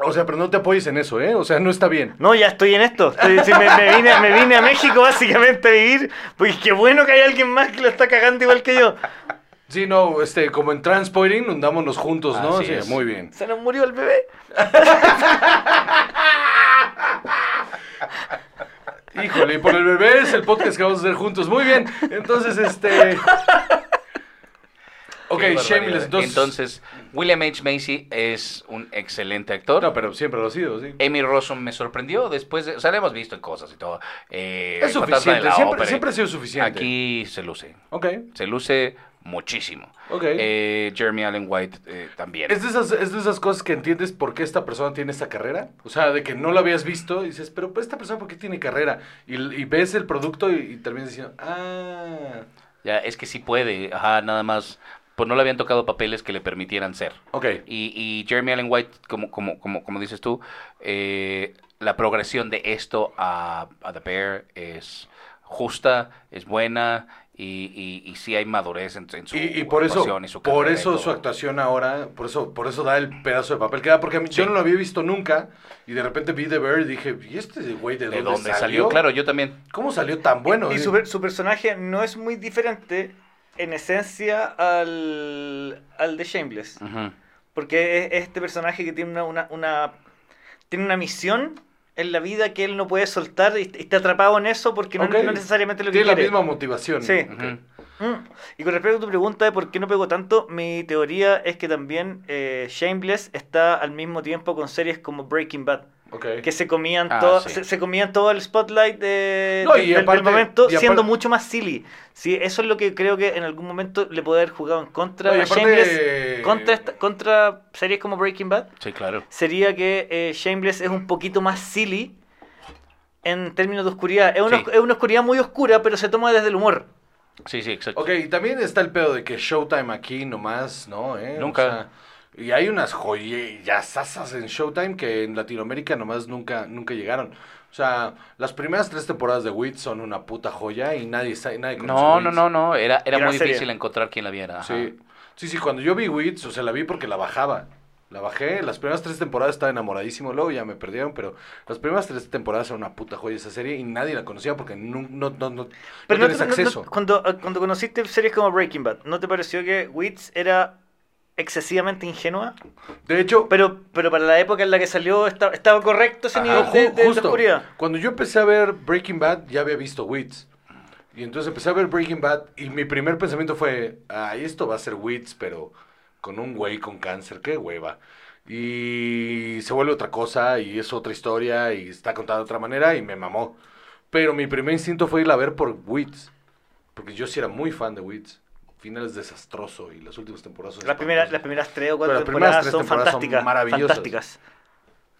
[SPEAKER 4] O sea, pero no te apoyes en eso, ¿eh? O sea, no está bien.
[SPEAKER 6] No, ya estoy en esto. Estoy- sí, me, me vine, me vine a México básicamente a vivir. Porque qué bueno que hay alguien más que lo está cagando igual que yo.
[SPEAKER 4] Sí, no, este, como en Transpoiring, hundámonos juntos, ¿no?
[SPEAKER 5] Así
[SPEAKER 4] sí,
[SPEAKER 5] es.
[SPEAKER 4] muy bien.
[SPEAKER 6] Se nos murió el bebé.
[SPEAKER 4] Híjole, y por el bebé es el podcast que vamos a hacer juntos. Muy bien. Entonces, este. Ok,
[SPEAKER 5] Qué barbaridad.
[SPEAKER 4] Shameless. Entonces,
[SPEAKER 5] Entonces, William H. Macy es un excelente actor.
[SPEAKER 4] No, pero siempre lo ha sido, sí.
[SPEAKER 5] Amy Rossum me sorprendió después de. O sea, la hemos visto en cosas y todo. Eh,
[SPEAKER 4] Es
[SPEAKER 5] el fantasma de
[SPEAKER 4] suficiente,
[SPEAKER 5] la
[SPEAKER 4] siempre,
[SPEAKER 5] ópera.
[SPEAKER 4] siempre ha sido suficiente.
[SPEAKER 5] Aquí se luce.
[SPEAKER 4] Ok,
[SPEAKER 5] Se luce muchísimo.
[SPEAKER 4] ok.
[SPEAKER 5] Eh, Jeremy Allen White eh, también.
[SPEAKER 4] ¿Es de, esas, ¿Es de esas cosas que entiendes por qué esta persona tiene esta carrera? O sea, de que no la habías visto y dices, pero pues, esta persona, ¿por qué tiene carrera? Y, y ves el producto y, y terminas diciendo, ah,
[SPEAKER 5] Ya, es que sí puede. Ajá, nada más. Pues no le habían tocado papeles que le permitieran ser.
[SPEAKER 4] ok.
[SPEAKER 5] Y, y Jeremy Allen White, como, como, como, como dices tú, eh, la progresión de esto a, a The Bear es justa, es buena y, y, y sí hay madurez en, en su
[SPEAKER 4] Y, y por eso,
[SPEAKER 5] actuación y su
[SPEAKER 4] por
[SPEAKER 5] carrera y
[SPEAKER 4] eso su
[SPEAKER 5] todo.
[SPEAKER 4] actuación ahora, por eso, por eso da el pedazo de papel que da, porque a mí, yo
[SPEAKER 5] Sí.
[SPEAKER 4] no lo había visto nunca y de repente vi The Bear y dije, ¿y este güey de,
[SPEAKER 5] ¿De dónde salió? Claro, yo también.
[SPEAKER 4] ¿Cómo salió tan bueno? eh,
[SPEAKER 6] y su, per- su personaje no es muy diferente en esencia al, al de Shameless.
[SPEAKER 4] Ah.
[SPEAKER 5] Ujú.
[SPEAKER 6] Porque es es este personaje que tiene una, una, una- tiene una misión en la vida que él no puede soltar y, y está atrapado en eso porque no-
[SPEAKER 4] Ok.
[SPEAKER 6] no, necesariamente lo que
[SPEAKER 4] Tiene la
[SPEAKER 6] quiere.
[SPEAKER 4] misma motivación.
[SPEAKER 6] Sí.
[SPEAKER 4] Ok.
[SPEAKER 5] Ujú.
[SPEAKER 6] Mm. Y con respecto a tu pregunta de por qué no pegó tanto, mi teoría es que también eh, Shameless está al mismo tiempo con series como Breaking Bad,
[SPEAKER 4] Ok.
[SPEAKER 6] que se comían,
[SPEAKER 5] Ah,
[SPEAKER 6] todo,
[SPEAKER 5] sí.
[SPEAKER 6] se, se comían todo el spotlight de,
[SPEAKER 4] No,
[SPEAKER 6] de-
[SPEAKER 4] y
[SPEAKER 6] del, del
[SPEAKER 4] aparte-
[SPEAKER 6] momento,
[SPEAKER 4] y aparte-
[SPEAKER 6] siendo mucho más silly. Sí, eso es lo que creo que en algún momento le puede haber jugado en contra
[SPEAKER 4] No, y
[SPEAKER 6] a
[SPEAKER 4] aparte- eh,
[SPEAKER 6] Shameless, contra, esta- contra series como Breaking Bad,
[SPEAKER 5] Sí, claro.
[SPEAKER 6] sería que eh, Shameless es un poquito más silly en términos de oscuridad. Es una,
[SPEAKER 5] Sí.
[SPEAKER 6] os- es una oscuridad muy oscura, pero se toma desde el humor.
[SPEAKER 5] Sí, sí, exacto.
[SPEAKER 4] Ok, y también está el pedo de que Showtime aquí nomás, ¿no? ¿Eh?
[SPEAKER 5] Nunca.
[SPEAKER 4] sea, y hay unas joyasasas en Showtime que en Latinoamérica nomás nunca, nunca llegaron. O sea, las primeras tres temporadas de Wit son una puta joya y nadie sabe, nadie conoce
[SPEAKER 5] No,
[SPEAKER 4] Weeds.
[SPEAKER 5] no, no, no. Era, era
[SPEAKER 6] Era
[SPEAKER 5] muy
[SPEAKER 6] serie.
[SPEAKER 5] difícil encontrar quien la viera. ajá.
[SPEAKER 4] Sí. sí, sí, cuando yo vi Wits, o sea, la vi porque la bajaba. La bajé, las primeras tres temporadas estaba enamoradísimo, luego ya me perdieron, pero las primeras tres temporadas eran una puta joya esa serie y nadie la conocía porque no, no, no, no,
[SPEAKER 6] Pero
[SPEAKER 4] no
[SPEAKER 6] no
[SPEAKER 4] tienes
[SPEAKER 6] te- no- no-
[SPEAKER 4] acceso.
[SPEAKER 6] cuando, eh, cuando conociste series como Breaking Bad, ¿no te pareció que Wits era excesivamente ingenua?
[SPEAKER 4] De hecho,
[SPEAKER 6] Pero, pero para la época en la que salió esta- estaba correcto ese
[SPEAKER 4] Ajá,
[SPEAKER 6] nivel de,
[SPEAKER 4] ju-
[SPEAKER 6] de- de
[SPEAKER 4] justo.
[SPEAKER 6] oscuridad.
[SPEAKER 4] Cuando yo empecé a ver Breaking Bad, ya había visto Wits. Y entonces empecé a ver Breaking Bad y mi primer pensamiento fue, ay, esto va a ser Wits, pero con un güey con cáncer, qué hueva. Y se vuelve otra cosa y es otra historia y está contada de otra manera y me mamó. Pero mi primer instinto fue irla a ver por Wits. Porque yo sí era muy fan de Wits. Final es desastroso y las últimas temporadas son
[SPEAKER 6] Las primeras,
[SPEAKER 4] espantosas.
[SPEAKER 6] las primeras tres o cuatro
[SPEAKER 4] Pero las primeras
[SPEAKER 6] temporadas
[SPEAKER 4] tres
[SPEAKER 6] son
[SPEAKER 4] temporadas son
[SPEAKER 6] fantásticas.
[SPEAKER 4] maravillosas.
[SPEAKER 6] fantásticas.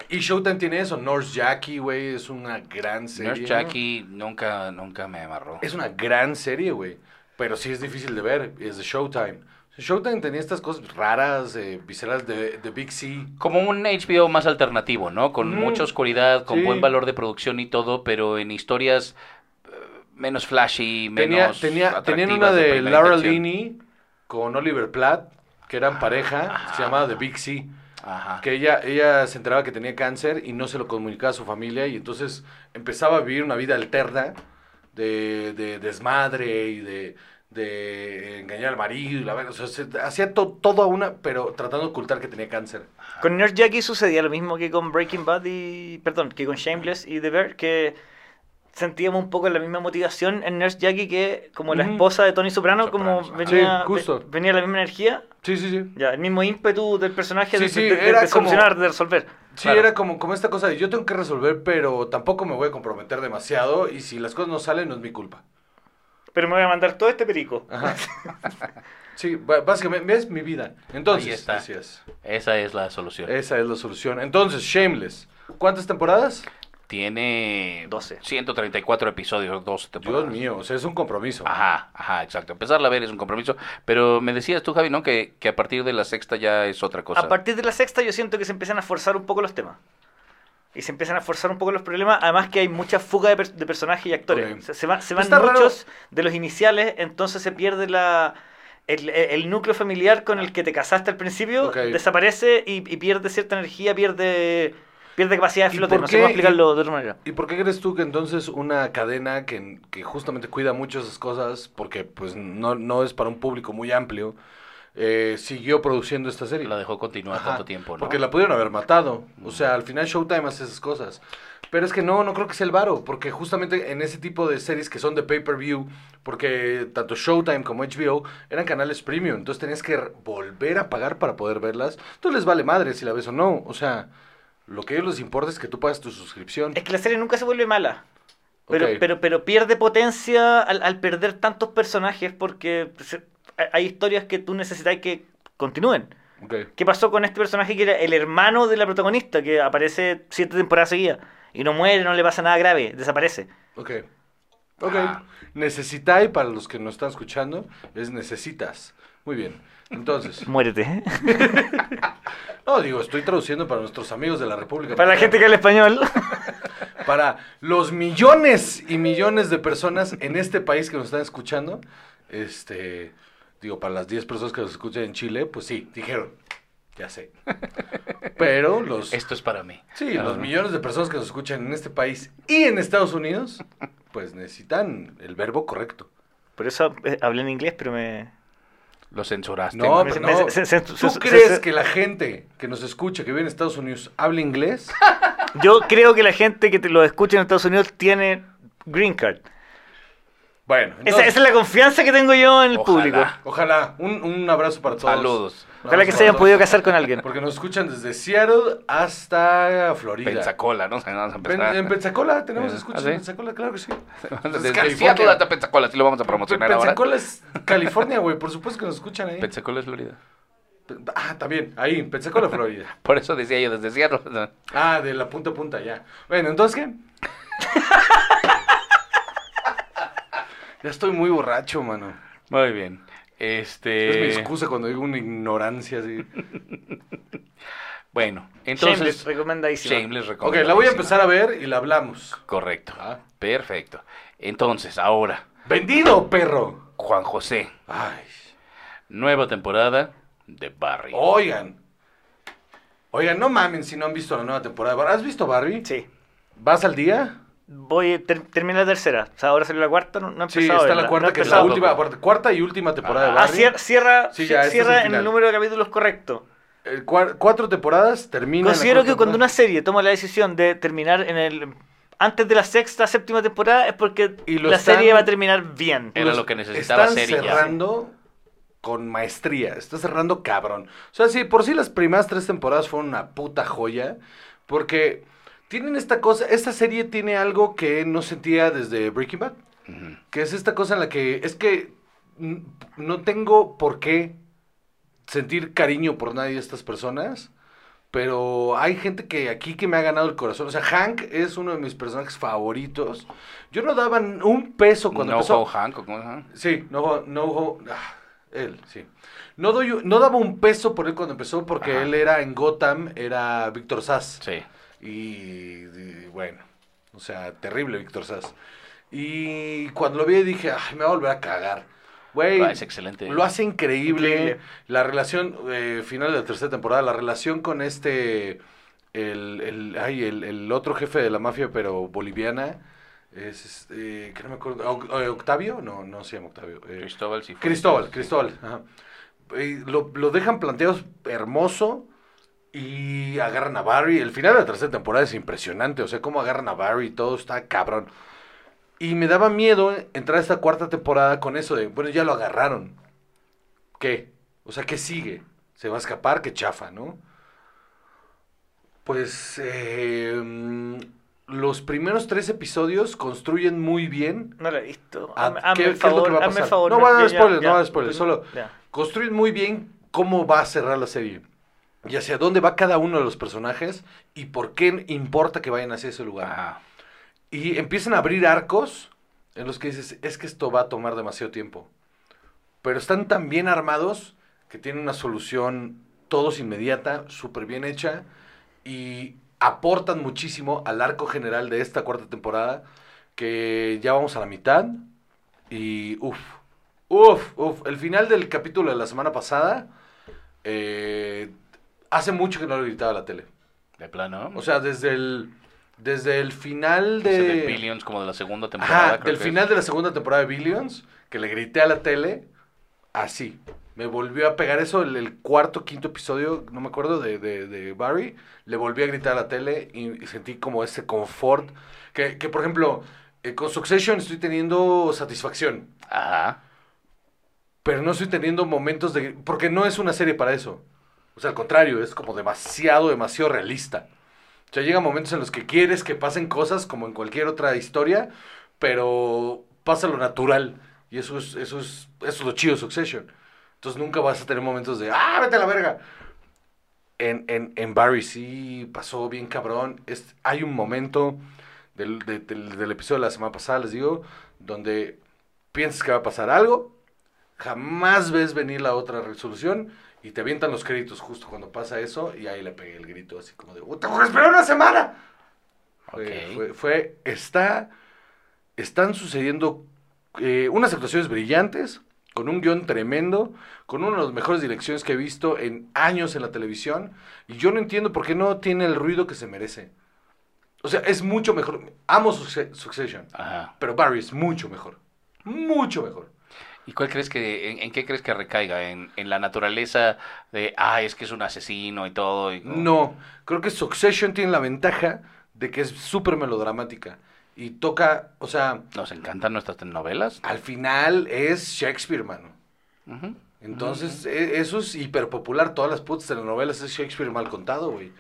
[SPEAKER 4] Y Showtime tiene eso. Nurse Jackie, güey, es una gran serie.
[SPEAKER 5] Nurse Jackie nunca, nunca me amarró.
[SPEAKER 4] Es una gran serie, güey. Pero sí es difícil de ver. Es de Showtime. Showtime tenía estas cosas raras, eh, viscerales de, de Big C.
[SPEAKER 5] Como un HBO más alternativo, ¿no? Con
[SPEAKER 4] Mm.
[SPEAKER 5] mucha oscuridad, con
[SPEAKER 4] Sí.
[SPEAKER 5] buen valor de producción y todo, pero en historias eh, menos flashy,
[SPEAKER 4] Tenía,
[SPEAKER 5] menos
[SPEAKER 4] tenía, tenían
[SPEAKER 5] atractivas
[SPEAKER 4] una de
[SPEAKER 5] primera
[SPEAKER 4] Laura
[SPEAKER 5] intención.
[SPEAKER 4] Ah, Linney con Oliver Platt, que eran pareja, se llamaba The Big C.
[SPEAKER 5] Ajá.
[SPEAKER 4] que ella, ella se enteraba que tenía cáncer y no se lo comunicaba a su familia y entonces empezaba a vivir una vida alterna de, de desmadre y de, de engañar al marido y la verga. O sea, se- hacía to- todo a una, pero tratando de ocultar que tenía cáncer.
[SPEAKER 6] Con Nurse Jackie sucedía lo mismo que con Breaking Bad y. Perdón, que con Shameless y The Bear, que sentíamos un poco la misma motivación en Nurse Jackie que como la
[SPEAKER 4] Ujú.
[SPEAKER 6] esposa de Tony Soprano,
[SPEAKER 5] Soprano,
[SPEAKER 6] como
[SPEAKER 5] ajá.
[SPEAKER 6] venía,
[SPEAKER 4] Sí, justo.
[SPEAKER 6] ve- venía la misma energía,
[SPEAKER 4] Sí, sí, sí.
[SPEAKER 6] ya, el mismo ímpetu del personaje
[SPEAKER 4] Sí,
[SPEAKER 6] de,
[SPEAKER 4] sí,
[SPEAKER 6] de- de-
[SPEAKER 4] era
[SPEAKER 6] de solucionar,
[SPEAKER 4] como-
[SPEAKER 6] de resolver.
[SPEAKER 4] Sí,
[SPEAKER 5] Claro.
[SPEAKER 4] era como, como esta cosa de yo tengo que resolver, pero tampoco me voy a comprometer demasiado y si las cosas no salen no es mi culpa.
[SPEAKER 6] Pero me voy a mandar todo este perico.
[SPEAKER 4] Ajá. Sí, ba- básicamente es mi vida. Entonces,
[SPEAKER 5] Ahí está.
[SPEAKER 4] decías,
[SPEAKER 5] Esa es la solución.
[SPEAKER 4] esa es la solución. Entonces, Shameless, ¿cuántas temporadas?
[SPEAKER 5] Tiene
[SPEAKER 6] 12.
[SPEAKER 5] 134 episodios, 12 temporadas.
[SPEAKER 4] Dios mío, o sea, es un compromiso.
[SPEAKER 5] Ajá, ajá, exacto. Empezarla a ver es un compromiso. Pero me decías tú, Javi, ¿no? Que, que a partir de la sexta ya es otra cosa.
[SPEAKER 6] A partir de la sexta yo siento que se empiezan a forzar un poco los temas. Y se empiezan a forzar un poco los problemas, además que hay mucha fuga de, per- de personajes y actores.
[SPEAKER 4] Ok.
[SPEAKER 6] O sea, se, va- se van
[SPEAKER 4] Está raro.
[SPEAKER 6] muchos de los iniciales, entonces se pierde la, el, el núcleo familiar con el que te casaste al principio,
[SPEAKER 4] Ok.
[SPEAKER 6] desaparece y, y pierde cierta energía, pierde, pierde capacidad de
[SPEAKER 4] ¿Y
[SPEAKER 6] flote.
[SPEAKER 4] por
[SPEAKER 6] No
[SPEAKER 4] qué?
[SPEAKER 6] sé cómo explicarlo de otra manera.
[SPEAKER 4] ¿Y por qué crees tú que entonces una cadena que, que justamente cuida mucho esas cosas, porque pues no, no es para un público muy amplio, eh, siguió produciendo esta serie?
[SPEAKER 5] La dejó continuar
[SPEAKER 4] Ajá,
[SPEAKER 5] tanto tiempo, ¿no?
[SPEAKER 4] Porque la pudieron haber matado. O sea, al final Showtime hace esas cosas. Pero es que no, no creo que sea el varo, porque justamente en ese tipo de series que son de pay-per-view, porque tanto Showtime como HBO eran canales premium, entonces tenías que r- volver a pagar para poder verlas. Entonces les vale madre si la ves o no. O sea, lo que a ellos les importa es que tú pagas tu suscripción.
[SPEAKER 6] Es que la serie nunca se vuelve mala. Pero,
[SPEAKER 4] Ok.
[SPEAKER 6] pero, pero pierde potencia al, al perder tantos personajes porque se- hay- hay historias que tú necesitas que continúen.
[SPEAKER 4] Ok.
[SPEAKER 6] ¿Qué pasó con este personaje que era el hermano de la protagonista que aparece siete temporadas seguidas y no muere, no le pasa nada grave, desaparece?
[SPEAKER 4] Ok. Ok.
[SPEAKER 5] Ah.
[SPEAKER 4] Necesitai, para los que nos están escuchando, es necesitas. Muy bien.
[SPEAKER 6] *laughs*
[SPEAKER 4] Entonces,
[SPEAKER 6] Muérete. ¿eh?
[SPEAKER 4] no digo, estoy traduciendo para nuestros amigos de la República.
[SPEAKER 6] Para la gente que habla español. *laughs*
[SPEAKER 4] Para los millones y millones de personas en este país que nos están escuchando, este, digo, para las 10 personas que nos escuchan en Chile, pues sí, dijeron, ya sé. Pero los,
[SPEAKER 5] Esto es para mí.
[SPEAKER 4] sí,
[SPEAKER 6] Ah.
[SPEAKER 4] los millones de personas que nos escuchan en este país y en Estados Unidos, pues necesitan el verbo correcto.
[SPEAKER 6] Por eso eh, hablé en inglés, pero me...
[SPEAKER 5] Lo censuraste.
[SPEAKER 4] No,
[SPEAKER 6] me-
[SPEAKER 4] pero
[SPEAKER 6] me-
[SPEAKER 4] no.
[SPEAKER 6] se- se-
[SPEAKER 4] ¿Tú
[SPEAKER 6] se-
[SPEAKER 4] crees
[SPEAKER 6] se-
[SPEAKER 4] que la gente que nos escucha, que vive en Estados Unidos, habla
[SPEAKER 6] *laughs*
[SPEAKER 4] inglés?
[SPEAKER 6] Yo creo que la gente que te lo escucha en Estados Unidos tiene green card.
[SPEAKER 4] Bueno,
[SPEAKER 6] Esa,
[SPEAKER 4] entonces,
[SPEAKER 6] esa es la confianza que tengo yo en el
[SPEAKER 5] Ojalá.
[SPEAKER 6] público.
[SPEAKER 4] ojalá. Un, un abrazo para todos.
[SPEAKER 5] Saludos.
[SPEAKER 6] Ojalá que
[SPEAKER 4] Abrazo
[SPEAKER 6] se hayan
[SPEAKER 4] para
[SPEAKER 6] podido
[SPEAKER 4] todos.
[SPEAKER 6] casar con alguien.
[SPEAKER 4] Porque nos escuchan desde Seattle hasta Florida.
[SPEAKER 5] Pensacola, ¿no? O sea, vamos a
[SPEAKER 4] Pen-
[SPEAKER 5] empezar.
[SPEAKER 4] en
[SPEAKER 5] *laughs*
[SPEAKER 4] Pensacola tenemos
[SPEAKER 5] Eh,
[SPEAKER 4] escuchas
[SPEAKER 5] ¿ah, sí?
[SPEAKER 4] en Pensacola, claro que sí. Entonces,
[SPEAKER 5] Desde
[SPEAKER 4] California.
[SPEAKER 5] Seattle hasta Pensacola, sí lo vamos a promocionar
[SPEAKER 4] Pe-
[SPEAKER 5] ahora.
[SPEAKER 4] Pensacola es California, güey, por supuesto que nos escuchan ahí.
[SPEAKER 5] Pensacola es Florida.
[SPEAKER 4] Pe- ah, también, ahí, Pensacola, Florida.
[SPEAKER 5] Por eso decía yo desde Seattle.
[SPEAKER 4] Ah, de la punta a punta, ya. Bueno, entonces,
[SPEAKER 5] *laughs*
[SPEAKER 4] ¿qué? ya estoy muy borracho, mano.
[SPEAKER 5] Muy bien. Este.
[SPEAKER 4] Es mi excusa cuando digo una ignorancia así.
[SPEAKER 5] Bueno,
[SPEAKER 6] Shameless,
[SPEAKER 5] entonces.
[SPEAKER 6] recomendadísimo.
[SPEAKER 5] Shameless
[SPEAKER 4] Ok,
[SPEAKER 5] recomendadísima.
[SPEAKER 4] la voy a empezar a ver y la hablamos.
[SPEAKER 5] Correcto.
[SPEAKER 4] Ah.
[SPEAKER 5] Perfecto. Entonces, ahora,
[SPEAKER 4] ¡Vendido, perro!
[SPEAKER 5] Juan José,
[SPEAKER 4] Ay.
[SPEAKER 5] nueva temporada de Barry.
[SPEAKER 4] Oh, Oigan. Oigan, no mamen si no han visto la nueva temporada. de Bar- ¿Has visto Barbie?
[SPEAKER 6] Sí.
[SPEAKER 4] ¿Vas al día?
[SPEAKER 6] Voy, ter- terminé la tercera. O sea, ahora salió la cuarta, no, no he
[SPEAKER 4] Sí,
[SPEAKER 6] empezado a
[SPEAKER 4] está
[SPEAKER 6] verla,
[SPEAKER 4] la
[SPEAKER 6] no
[SPEAKER 4] cuarta,
[SPEAKER 6] he
[SPEAKER 4] que es la
[SPEAKER 6] empezado.
[SPEAKER 5] empezado.
[SPEAKER 4] última, cuarta, cuarta y última temporada de
[SPEAKER 5] Ah,
[SPEAKER 6] Ah,
[SPEAKER 4] Barry.
[SPEAKER 6] cier- cierra,
[SPEAKER 4] Sí, ya, este es
[SPEAKER 6] cierra
[SPEAKER 4] el
[SPEAKER 6] en
[SPEAKER 4] final.
[SPEAKER 6] el número de capítulos correcto.
[SPEAKER 4] Eh, cua- cuatro temporadas, termina. la
[SPEAKER 6] Considero
[SPEAKER 4] cuarta
[SPEAKER 6] que cuando
[SPEAKER 4] temporada.
[SPEAKER 6] una serie toma la decisión de terminar en el antes de la sexta, séptima temporada es porque
[SPEAKER 4] Y lo
[SPEAKER 6] la
[SPEAKER 4] están-
[SPEAKER 6] serie va a terminar bien.
[SPEAKER 5] Era
[SPEAKER 4] Los-
[SPEAKER 5] lo que necesitaba
[SPEAKER 4] están
[SPEAKER 5] serie ya.
[SPEAKER 4] cerrando con maestría. Está cerrando cabrón. O sea, sí, por sí las primeras tres temporadas fueron una puta joya. Porque tienen esta cosa. Esta serie tiene algo que no sentía desde Breaking Bad.
[SPEAKER 5] Ujú.
[SPEAKER 4] Que es esta cosa en la que es que n- no tengo por qué sentir cariño por nadie de estas personas. Pero hay gente que aquí que me ha ganado el corazón. O sea, Hank es uno de mis personajes favoritos. Yo no daba n- un peso cuando
[SPEAKER 5] no
[SPEAKER 4] empezó.
[SPEAKER 5] Ho Hancock, ¿cómo se llama?
[SPEAKER 4] Sí, no, no, ah, él, sí. No, doy, no daba un peso por él cuando empezó porque
[SPEAKER 5] Ajá.
[SPEAKER 4] él era en Gotham, era Víctor Sass.
[SPEAKER 5] Sí.
[SPEAKER 4] Y, y bueno, "Ah, o sea, terrible Víctor Sass. Y cuando lo vi dije, ay, me va a volver a cagar. Güey,
[SPEAKER 5] Ah, es excelente.
[SPEAKER 4] Lo hace increíble.
[SPEAKER 6] Increíble.
[SPEAKER 4] La relación, eh, final de la tercera temporada, la relación con este, el, el, ay, el, el otro jefe de la mafia, pero boliviana, es, es, eh, que no me acuerdo, Oc- eh, Octavio, no, no se llama Octavio. eh,
[SPEAKER 5] Cristóbal Cifuentes.
[SPEAKER 4] Cristóbal, Cristóbal. ajá. Eh, lo, lo dejan planteados hermoso y agarran a Barry. El final de la tercera temporada es impresionante. O sea, cómo agarran a Barry, todo está cabrón. Y me daba miedo entrar a esta cuarta temporada con eso de, bueno, ya lo agarraron. ¿Qué? O sea, ¿qué sigue? ¿Se va a escapar? Qué chafa, ¿no? Pues eh, mm, los primeros tres episodios construyen muy bien
[SPEAKER 6] No la he visto.
[SPEAKER 4] Ah,
[SPEAKER 6] Hazme- hazme
[SPEAKER 4] ¿qué-
[SPEAKER 6] el
[SPEAKER 4] qué es lo que
[SPEAKER 6] favor,
[SPEAKER 4] va a
[SPEAKER 6] hazme el
[SPEAKER 4] pasar?
[SPEAKER 6] favor,
[SPEAKER 4] No voy a dar
[SPEAKER 6] ya,
[SPEAKER 4] spoilers,
[SPEAKER 6] ya,
[SPEAKER 4] no voy a dar
[SPEAKER 6] ya.
[SPEAKER 4] spoilers, solo-
[SPEAKER 6] Ya.
[SPEAKER 4] construyen muy bien cómo va a cerrar la serie y hacia dónde va cada uno de los personajes y por qué importa que vayan hacia ese lugar.
[SPEAKER 5] Ajá.
[SPEAKER 4] Y empiezan a abrir arcos en los que dices, es que esto va a tomar demasiado tiempo. Pero están tan bien armados que tienen una solución todos inmediata, súper bien hecha y aportan muchísimo al arco general de esta cuarta temporada que ya vamos a la mitad y uff, uff, uff, el final del capítulo de la semana pasada eh, hace mucho que no lo gritaba a la tele.
[SPEAKER 5] De plano.
[SPEAKER 4] O sea, desde el desde el final
[SPEAKER 5] de...
[SPEAKER 4] de
[SPEAKER 5] Billions como de la segunda temporada.
[SPEAKER 4] Ajá,
[SPEAKER 5] creo
[SPEAKER 4] del
[SPEAKER 5] que
[SPEAKER 4] final
[SPEAKER 5] es.
[SPEAKER 4] de la segunda temporada de Billions, que le grité a la tele, así. Me volvió a pegar eso el, el cuarto, quinto episodio, no me acuerdo, de, de- de Barry. Le volví a gritar a la tele y, y sentí como ese confort. Que, que, por ejemplo, eh, con Succession estoy teniendo satisfacción,
[SPEAKER 5] Ajá.
[SPEAKER 4] pero no estoy teniendo momentos de... Porque no es una serie para eso. O sea, al contrario, es como demasiado, demasiado realista. O sea, llegan momentos en los que quieres que pasen cosas como en cualquier otra historia, pero pasa lo natural. Y eso es, eso es, eso es lo chido de Succession. Entonces nunca vas a tener momentos de, ah, vete a la verga. En, en, en Barry sí pasó bien cabrón. Es, hay un momento del, de- del- del episodio de la semana pasada, les digo, donde piensas que va a pasar algo, jamás ves venir la otra resolución y te avientan los créditos justo cuando pasa eso y ahí le pegué el grito así como de, ¡Te voy a esperar una semana! Fue,
[SPEAKER 5] Ok.
[SPEAKER 4] fue- fue- está, están sucediendo eh, unas actuaciones brillantes, con un guión tremendo, con una de las mejores direcciones que he visto en años en la televisión, y yo no entiendo por qué no tiene el ruido que se merece. O sea, es mucho mejor. Amo Succe- Succession,
[SPEAKER 5] Ajá.
[SPEAKER 4] pero Barry es mucho mejor. Mucho mejor.
[SPEAKER 5] ¿Y cuál crees que, en, en qué crees que recaiga? ¿En, en la naturaleza de, ah, es que es un asesino y todo? y-
[SPEAKER 4] No, creo que Succession tiene la ventaja de que es súper melodramática y toca, o sea,
[SPEAKER 5] Nos encantan nuestras telenovelas.
[SPEAKER 4] al final es Shakespeare, mano.
[SPEAKER 5] Ujú.
[SPEAKER 4] Entonces, e- eso es hiperpopular. Todas las putas telenovelas es Shakespeare mal contado, güey.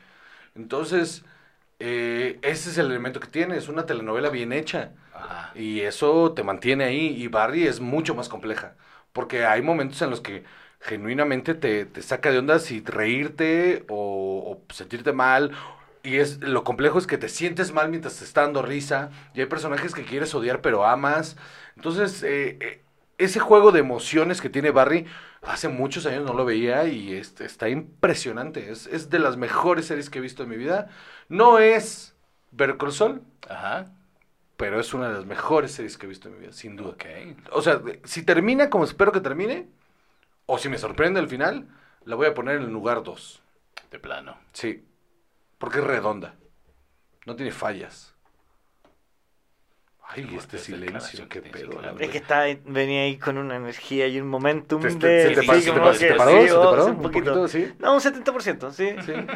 [SPEAKER 4] Entonces, eh, ese es el elemento que tiene. Es una telenovela bien hecha.
[SPEAKER 5] Ajá.
[SPEAKER 4] Y eso te mantiene ahí. Y Barry es mucho más compleja. Porque hay momentos en los que genuinamente te, te saca de onda si reírte o, o sentirte mal. Y es lo complejo es que te sientes mal mientras te está dando risa. Y hay personajes que quieres odiar pero amas. Entonces, eh, eh, ese juego de emociones que tiene Barry, hace muchos años no lo veía y es- está impresionante. Es, es de las mejores series que he visto en mi vida. No es Ver Sol,
[SPEAKER 5] Ajá.
[SPEAKER 4] pero es una de las mejores series que he visto en mi vida, sin duda.
[SPEAKER 5] Ok.
[SPEAKER 4] O sea, de- si termina como espero que termine, o si me sorprende al final, la voy a poner en el lugar 2.
[SPEAKER 5] De plano.
[SPEAKER 4] Sí. Porque es redonda. No tiene fallas. Ay,
[SPEAKER 5] Qué
[SPEAKER 4] este
[SPEAKER 5] fuerte esta
[SPEAKER 4] silencio,
[SPEAKER 5] declaración
[SPEAKER 4] qué
[SPEAKER 5] que tienes,
[SPEAKER 4] pedo. la
[SPEAKER 5] claro.
[SPEAKER 6] Es que
[SPEAKER 4] verdad.
[SPEAKER 6] está, venía ahí con una energía y un momentum
[SPEAKER 4] ¿Te-
[SPEAKER 6] de...
[SPEAKER 4] te- ¿Se te
[SPEAKER 5] sí,
[SPEAKER 4] pa-
[SPEAKER 5] sí,
[SPEAKER 4] se te
[SPEAKER 5] como
[SPEAKER 4] pa-
[SPEAKER 5] que
[SPEAKER 4] se te paró? ¿Se te
[SPEAKER 6] sí, oh,
[SPEAKER 4] paró?
[SPEAKER 6] sí,
[SPEAKER 4] ¿Un poquito? ¿Sí?
[SPEAKER 6] No, un 70%, sí.
[SPEAKER 4] Sí.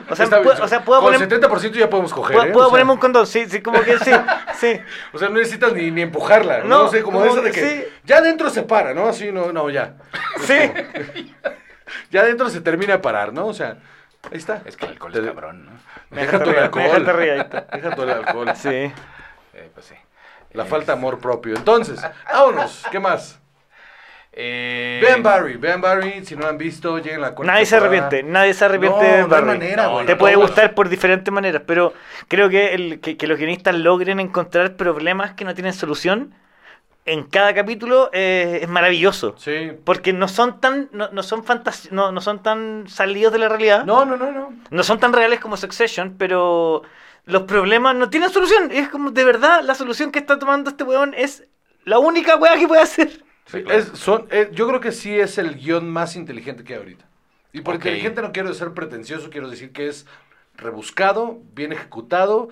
[SPEAKER 6] O, sea,
[SPEAKER 4] Está bien.
[SPEAKER 6] puedo, o sea, puedo
[SPEAKER 4] Con
[SPEAKER 6] poner...
[SPEAKER 4] 70% ya podemos coger,
[SPEAKER 6] puedo,
[SPEAKER 4] ¿eh?
[SPEAKER 6] puedo
[SPEAKER 4] o, sea,
[SPEAKER 6] ponerme un condón, sí, sí, como que sí, sí.
[SPEAKER 4] o sea, no necesitas ni, ni empujarla, ¿no?
[SPEAKER 6] No,
[SPEAKER 4] o sea, como,
[SPEAKER 6] como
[SPEAKER 4] eso de
[SPEAKER 6] que
[SPEAKER 4] que
[SPEAKER 6] sí.
[SPEAKER 4] ya adentro se para, ¿no? Así, no, no, ya.
[SPEAKER 6] Sí.
[SPEAKER 4] *laughs* Ya adentro se termina de parar, ¿no? O sea, ahí está.
[SPEAKER 5] Es que el alcohol
[SPEAKER 4] Te-
[SPEAKER 5] es cabrón, ¿no?
[SPEAKER 4] Deja todo el
[SPEAKER 6] arriba, me
[SPEAKER 4] alcohol.
[SPEAKER 6] dejaste arriba, ahí está.
[SPEAKER 4] Deja todo el alcohol.
[SPEAKER 6] Sí.
[SPEAKER 5] Eh, pues sí.
[SPEAKER 4] La falta de amor propio. Entonces, vámonos. ¿Qué más?
[SPEAKER 5] Eh,
[SPEAKER 4] Vean Barry. Vean Barry. Si no lo han visto, lleguen a la cuarta
[SPEAKER 6] Nadie se
[SPEAKER 4] temporada.
[SPEAKER 6] arrepiente, nadie se arrepiente
[SPEAKER 4] No,
[SPEAKER 6] de
[SPEAKER 4] no hay
[SPEAKER 6] Barry.
[SPEAKER 4] manera,
[SPEAKER 5] güey.
[SPEAKER 6] Te
[SPEAKER 5] No,
[SPEAKER 6] puede
[SPEAKER 5] no.
[SPEAKER 6] gustar por diferentes maneras, pero creo que, el, que, que los guionistas logren encontrar problemas que no tienen solución en cada capítulo eh, es maravilloso.
[SPEAKER 4] Sí.
[SPEAKER 6] Porque no son tan, no, no son fantas no, no son tan salidos de la realidad,
[SPEAKER 4] No, no, no, no.
[SPEAKER 6] no son tan reales como Succession, pero los problemas no tienen solución. Es como de verdad la solución que está tomando este weón es la única weá que puede hacer.
[SPEAKER 5] Sí,
[SPEAKER 4] Sí,
[SPEAKER 5] claro.
[SPEAKER 4] es- son, eh, yo creo que sí es el guión más inteligente que hay ahorita. Y por
[SPEAKER 5] Ok.
[SPEAKER 4] inteligente no quiero ser pretencioso, quiero decir que es rebuscado, bien ejecutado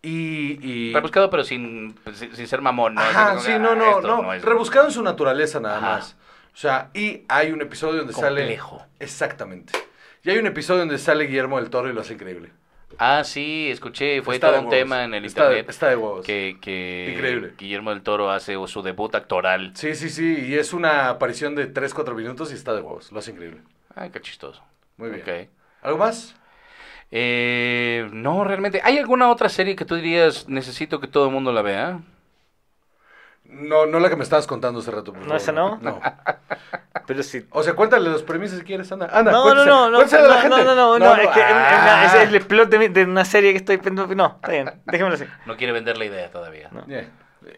[SPEAKER 4] y... y-
[SPEAKER 5] Rebuscado, pero sin, sin, sin ser mamón. ¿no?
[SPEAKER 4] Ajá,
[SPEAKER 5] Así
[SPEAKER 4] sí,
[SPEAKER 5] como que,
[SPEAKER 4] no,
[SPEAKER 5] "Ah,
[SPEAKER 4] no,
[SPEAKER 5] esto
[SPEAKER 4] no.
[SPEAKER 5] es-
[SPEAKER 4] Rebuscado en su naturaleza nada
[SPEAKER 5] Ajá.
[SPEAKER 4] más. O sea, y hay un episodio donde
[SPEAKER 5] Complejo.
[SPEAKER 4] sale... Exactamente. Y hay un episodio donde sale Guillermo del Toro y lo hace increíble.
[SPEAKER 5] Ah, sí, escuché, fue
[SPEAKER 4] Está
[SPEAKER 5] todo
[SPEAKER 4] de
[SPEAKER 5] un
[SPEAKER 4] huevos.
[SPEAKER 5] tema en el
[SPEAKER 4] Está de-
[SPEAKER 5] internet.
[SPEAKER 4] está de huevos.
[SPEAKER 5] Que, que
[SPEAKER 4] Increíble.
[SPEAKER 5] Guillermo del Toro hace su debut actoral.
[SPEAKER 4] Sí, sí, sí. Y es una aparición de 3, 4 minutos y está de huevos. Lo hace increíble.
[SPEAKER 5] Ay, Ah, qué chistoso.
[SPEAKER 4] Muy bien.
[SPEAKER 5] Ok.
[SPEAKER 4] ¿Algo más?
[SPEAKER 5] Eh, no, realmente. ¿Hay alguna otra serie que tú dirías necesito que todo el mundo la vea?
[SPEAKER 4] No, no la que me estabas contando hace rato. por
[SPEAKER 6] No,
[SPEAKER 4] favor.
[SPEAKER 6] esa no.
[SPEAKER 4] No.
[SPEAKER 6] *laughs* Pero sí.
[SPEAKER 4] O sea, cuéntale los premisas si quieres, anda. Anda,
[SPEAKER 6] No, no,
[SPEAKER 4] cuéntese-
[SPEAKER 6] no, no, no,
[SPEAKER 4] cuéntesela a la
[SPEAKER 6] no,
[SPEAKER 4] gente.
[SPEAKER 6] no, no, no, es que es una-
[SPEAKER 4] ah.
[SPEAKER 6] es el plot de, mi- de una serie que estoy pensando. No, está bien, déjemelo así.
[SPEAKER 5] No quiere vender la idea todavía.
[SPEAKER 6] No.
[SPEAKER 4] Yeah.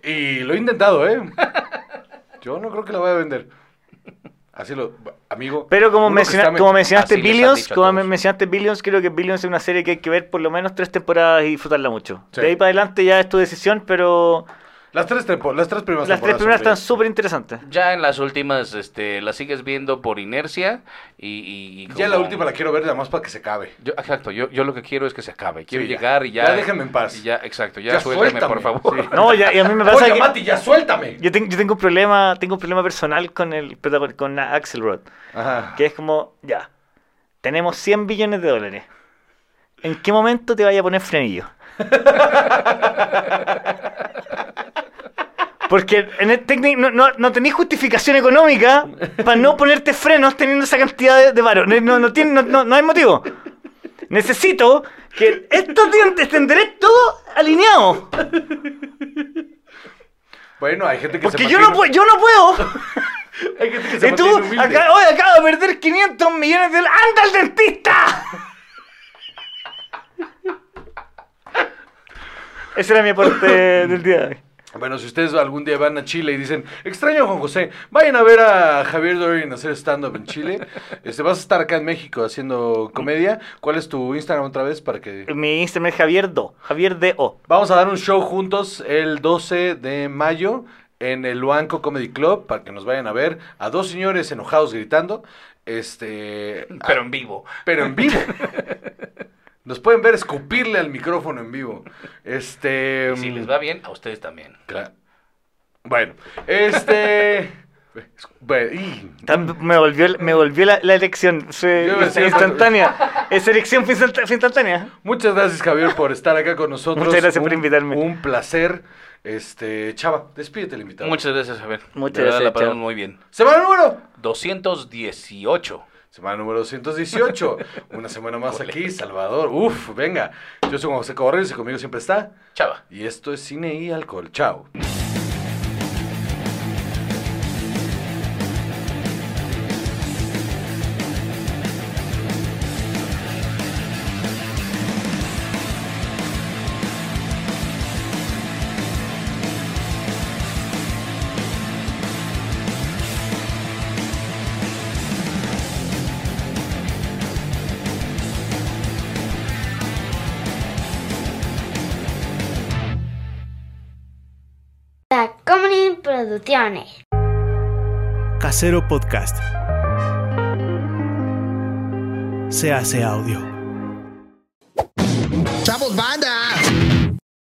[SPEAKER 4] Y lo he intentado, ¿eh? Yo no creo que la vaya a vender. Así lo... Amigo...
[SPEAKER 6] Pero como,
[SPEAKER 4] uno que
[SPEAKER 6] menciona-
[SPEAKER 4] está me-
[SPEAKER 6] como mencionaste
[SPEAKER 5] así les han
[SPEAKER 6] Billions,
[SPEAKER 5] dicho a
[SPEAKER 6] como
[SPEAKER 5] todos.
[SPEAKER 6] mencionaste Billions, creo que Billions es una serie que hay que ver por lo menos tres temporadas y disfrutarla mucho.
[SPEAKER 4] Sí.
[SPEAKER 6] De ahí para adelante ya es tu decisión, pero
[SPEAKER 4] Las tres, tempo- las tres primeras
[SPEAKER 6] las tres
[SPEAKER 4] temporadas son
[SPEAKER 6] primeras están
[SPEAKER 4] bellas.
[SPEAKER 6] súper interesantes.
[SPEAKER 5] Ya en las últimas, este, la sigues viendo por inercia y... y- y
[SPEAKER 4] Ya la
[SPEAKER 5] como-
[SPEAKER 4] última la quiero ver nada más para que se acabe.
[SPEAKER 5] Yo- exacto, yo, yo lo que quiero es que se acabe. Quiero
[SPEAKER 4] Sí, ya.
[SPEAKER 5] llegar y ya...
[SPEAKER 4] Ya déjenme en paz.
[SPEAKER 5] y Ya, exacto, ya,
[SPEAKER 4] Ya
[SPEAKER 5] suéltame,
[SPEAKER 4] suéltame,
[SPEAKER 5] por favor.
[SPEAKER 4] sí.
[SPEAKER 6] No, ya, y
[SPEAKER 4] *laughs*
[SPEAKER 6] a mí me pasa
[SPEAKER 4] Oye,
[SPEAKER 6] que
[SPEAKER 4] Mati, ya suéltame.
[SPEAKER 6] yo, tengo- yo tengo un problema, tengo un problema personal con el protagon- con Axelrod,
[SPEAKER 4] Ajá.
[SPEAKER 6] que es como, ya, tenemos 100 billones de dólares. ¿En qué momento te vaya a poner frenillo? Porque en el técnic- no, no, no tenéis justificación económica para no ponerte frenos teniendo esa cantidad de, de varo. No, no, no tiene- no- no- no hay motivo. Necesito que estos dientes tendré todo alineado.
[SPEAKER 4] Bueno, hay gente que se
[SPEAKER 6] Porque yo no,
[SPEAKER 4] mantiene-
[SPEAKER 6] puedo, yo no puedo.
[SPEAKER 4] Hay gente
[SPEAKER 6] *laughs*
[SPEAKER 4] que se
[SPEAKER 6] Y tú,
[SPEAKER 4] mantiene humilde.
[SPEAKER 6] acá, hoy acabo de perder 500 millones de dólares. ¡Anda al dentista! *laughs* Ese era mi aporte *laughs* del día de hoy.
[SPEAKER 4] Bueno, si ustedes algún día van a Chile y dicen, extraño a Juan José, vayan a ver a Javier Dorin hacer stand-up en Chile.
[SPEAKER 5] *laughs*
[SPEAKER 4] Este, vas a estar acá en México haciendo comedia. ¿Cuál es tu Instagram otra vez para que...
[SPEAKER 6] Mi Instagram es Javier Do. Javier D.O.
[SPEAKER 4] Vamos a dar un show juntos el 12 de mayo en el Luanco Comedy Club para que nos vayan a ver a dos señores enojados gritando. Este,
[SPEAKER 5] *laughs* Pero en vivo.
[SPEAKER 4] pero en
[SPEAKER 5] *laughs*
[SPEAKER 4] vivo. Nos pueden ver escupirle al micrófono en vivo. Este,
[SPEAKER 5] Y si
[SPEAKER 6] Em.
[SPEAKER 5] les va bien, a ustedes también.
[SPEAKER 4] Cla- Bueno, este. bueno, y-
[SPEAKER 6] Tam- Me volvió, me volvió la, la elección. Fue
[SPEAKER 4] Yo iba a decir-
[SPEAKER 6] instantánea. Esa elección fue instanta- fue instantánea.
[SPEAKER 4] muchas gracias, Javier, por estar acá con nosotros.
[SPEAKER 6] Muchas gracias por
[SPEAKER 4] Un-
[SPEAKER 6] invitarme.
[SPEAKER 4] Un placer. Este, Chava, despídete el invitado.
[SPEAKER 5] Muchas gracias, Javier.
[SPEAKER 6] Muchas
[SPEAKER 5] De verdad,
[SPEAKER 6] gracias,
[SPEAKER 5] La pasamos
[SPEAKER 6] chao.
[SPEAKER 5] muy bien.
[SPEAKER 4] Semana número.
[SPEAKER 5] 218.
[SPEAKER 4] Semana número 218. Una semana más aquí, Salvador. Uf, venga. Yo soy Juan José Correos y conmigo siempre está.
[SPEAKER 5] Chava.
[SPEAKER 4] Y esto es Cine y Alcohol. Chao.
[SPEAKER 1] La Comedy Producciones.
[SPEAKER 2] Casero Podcast. Se hace audio.
[SPEAKER 7] ¡Chavos, banda!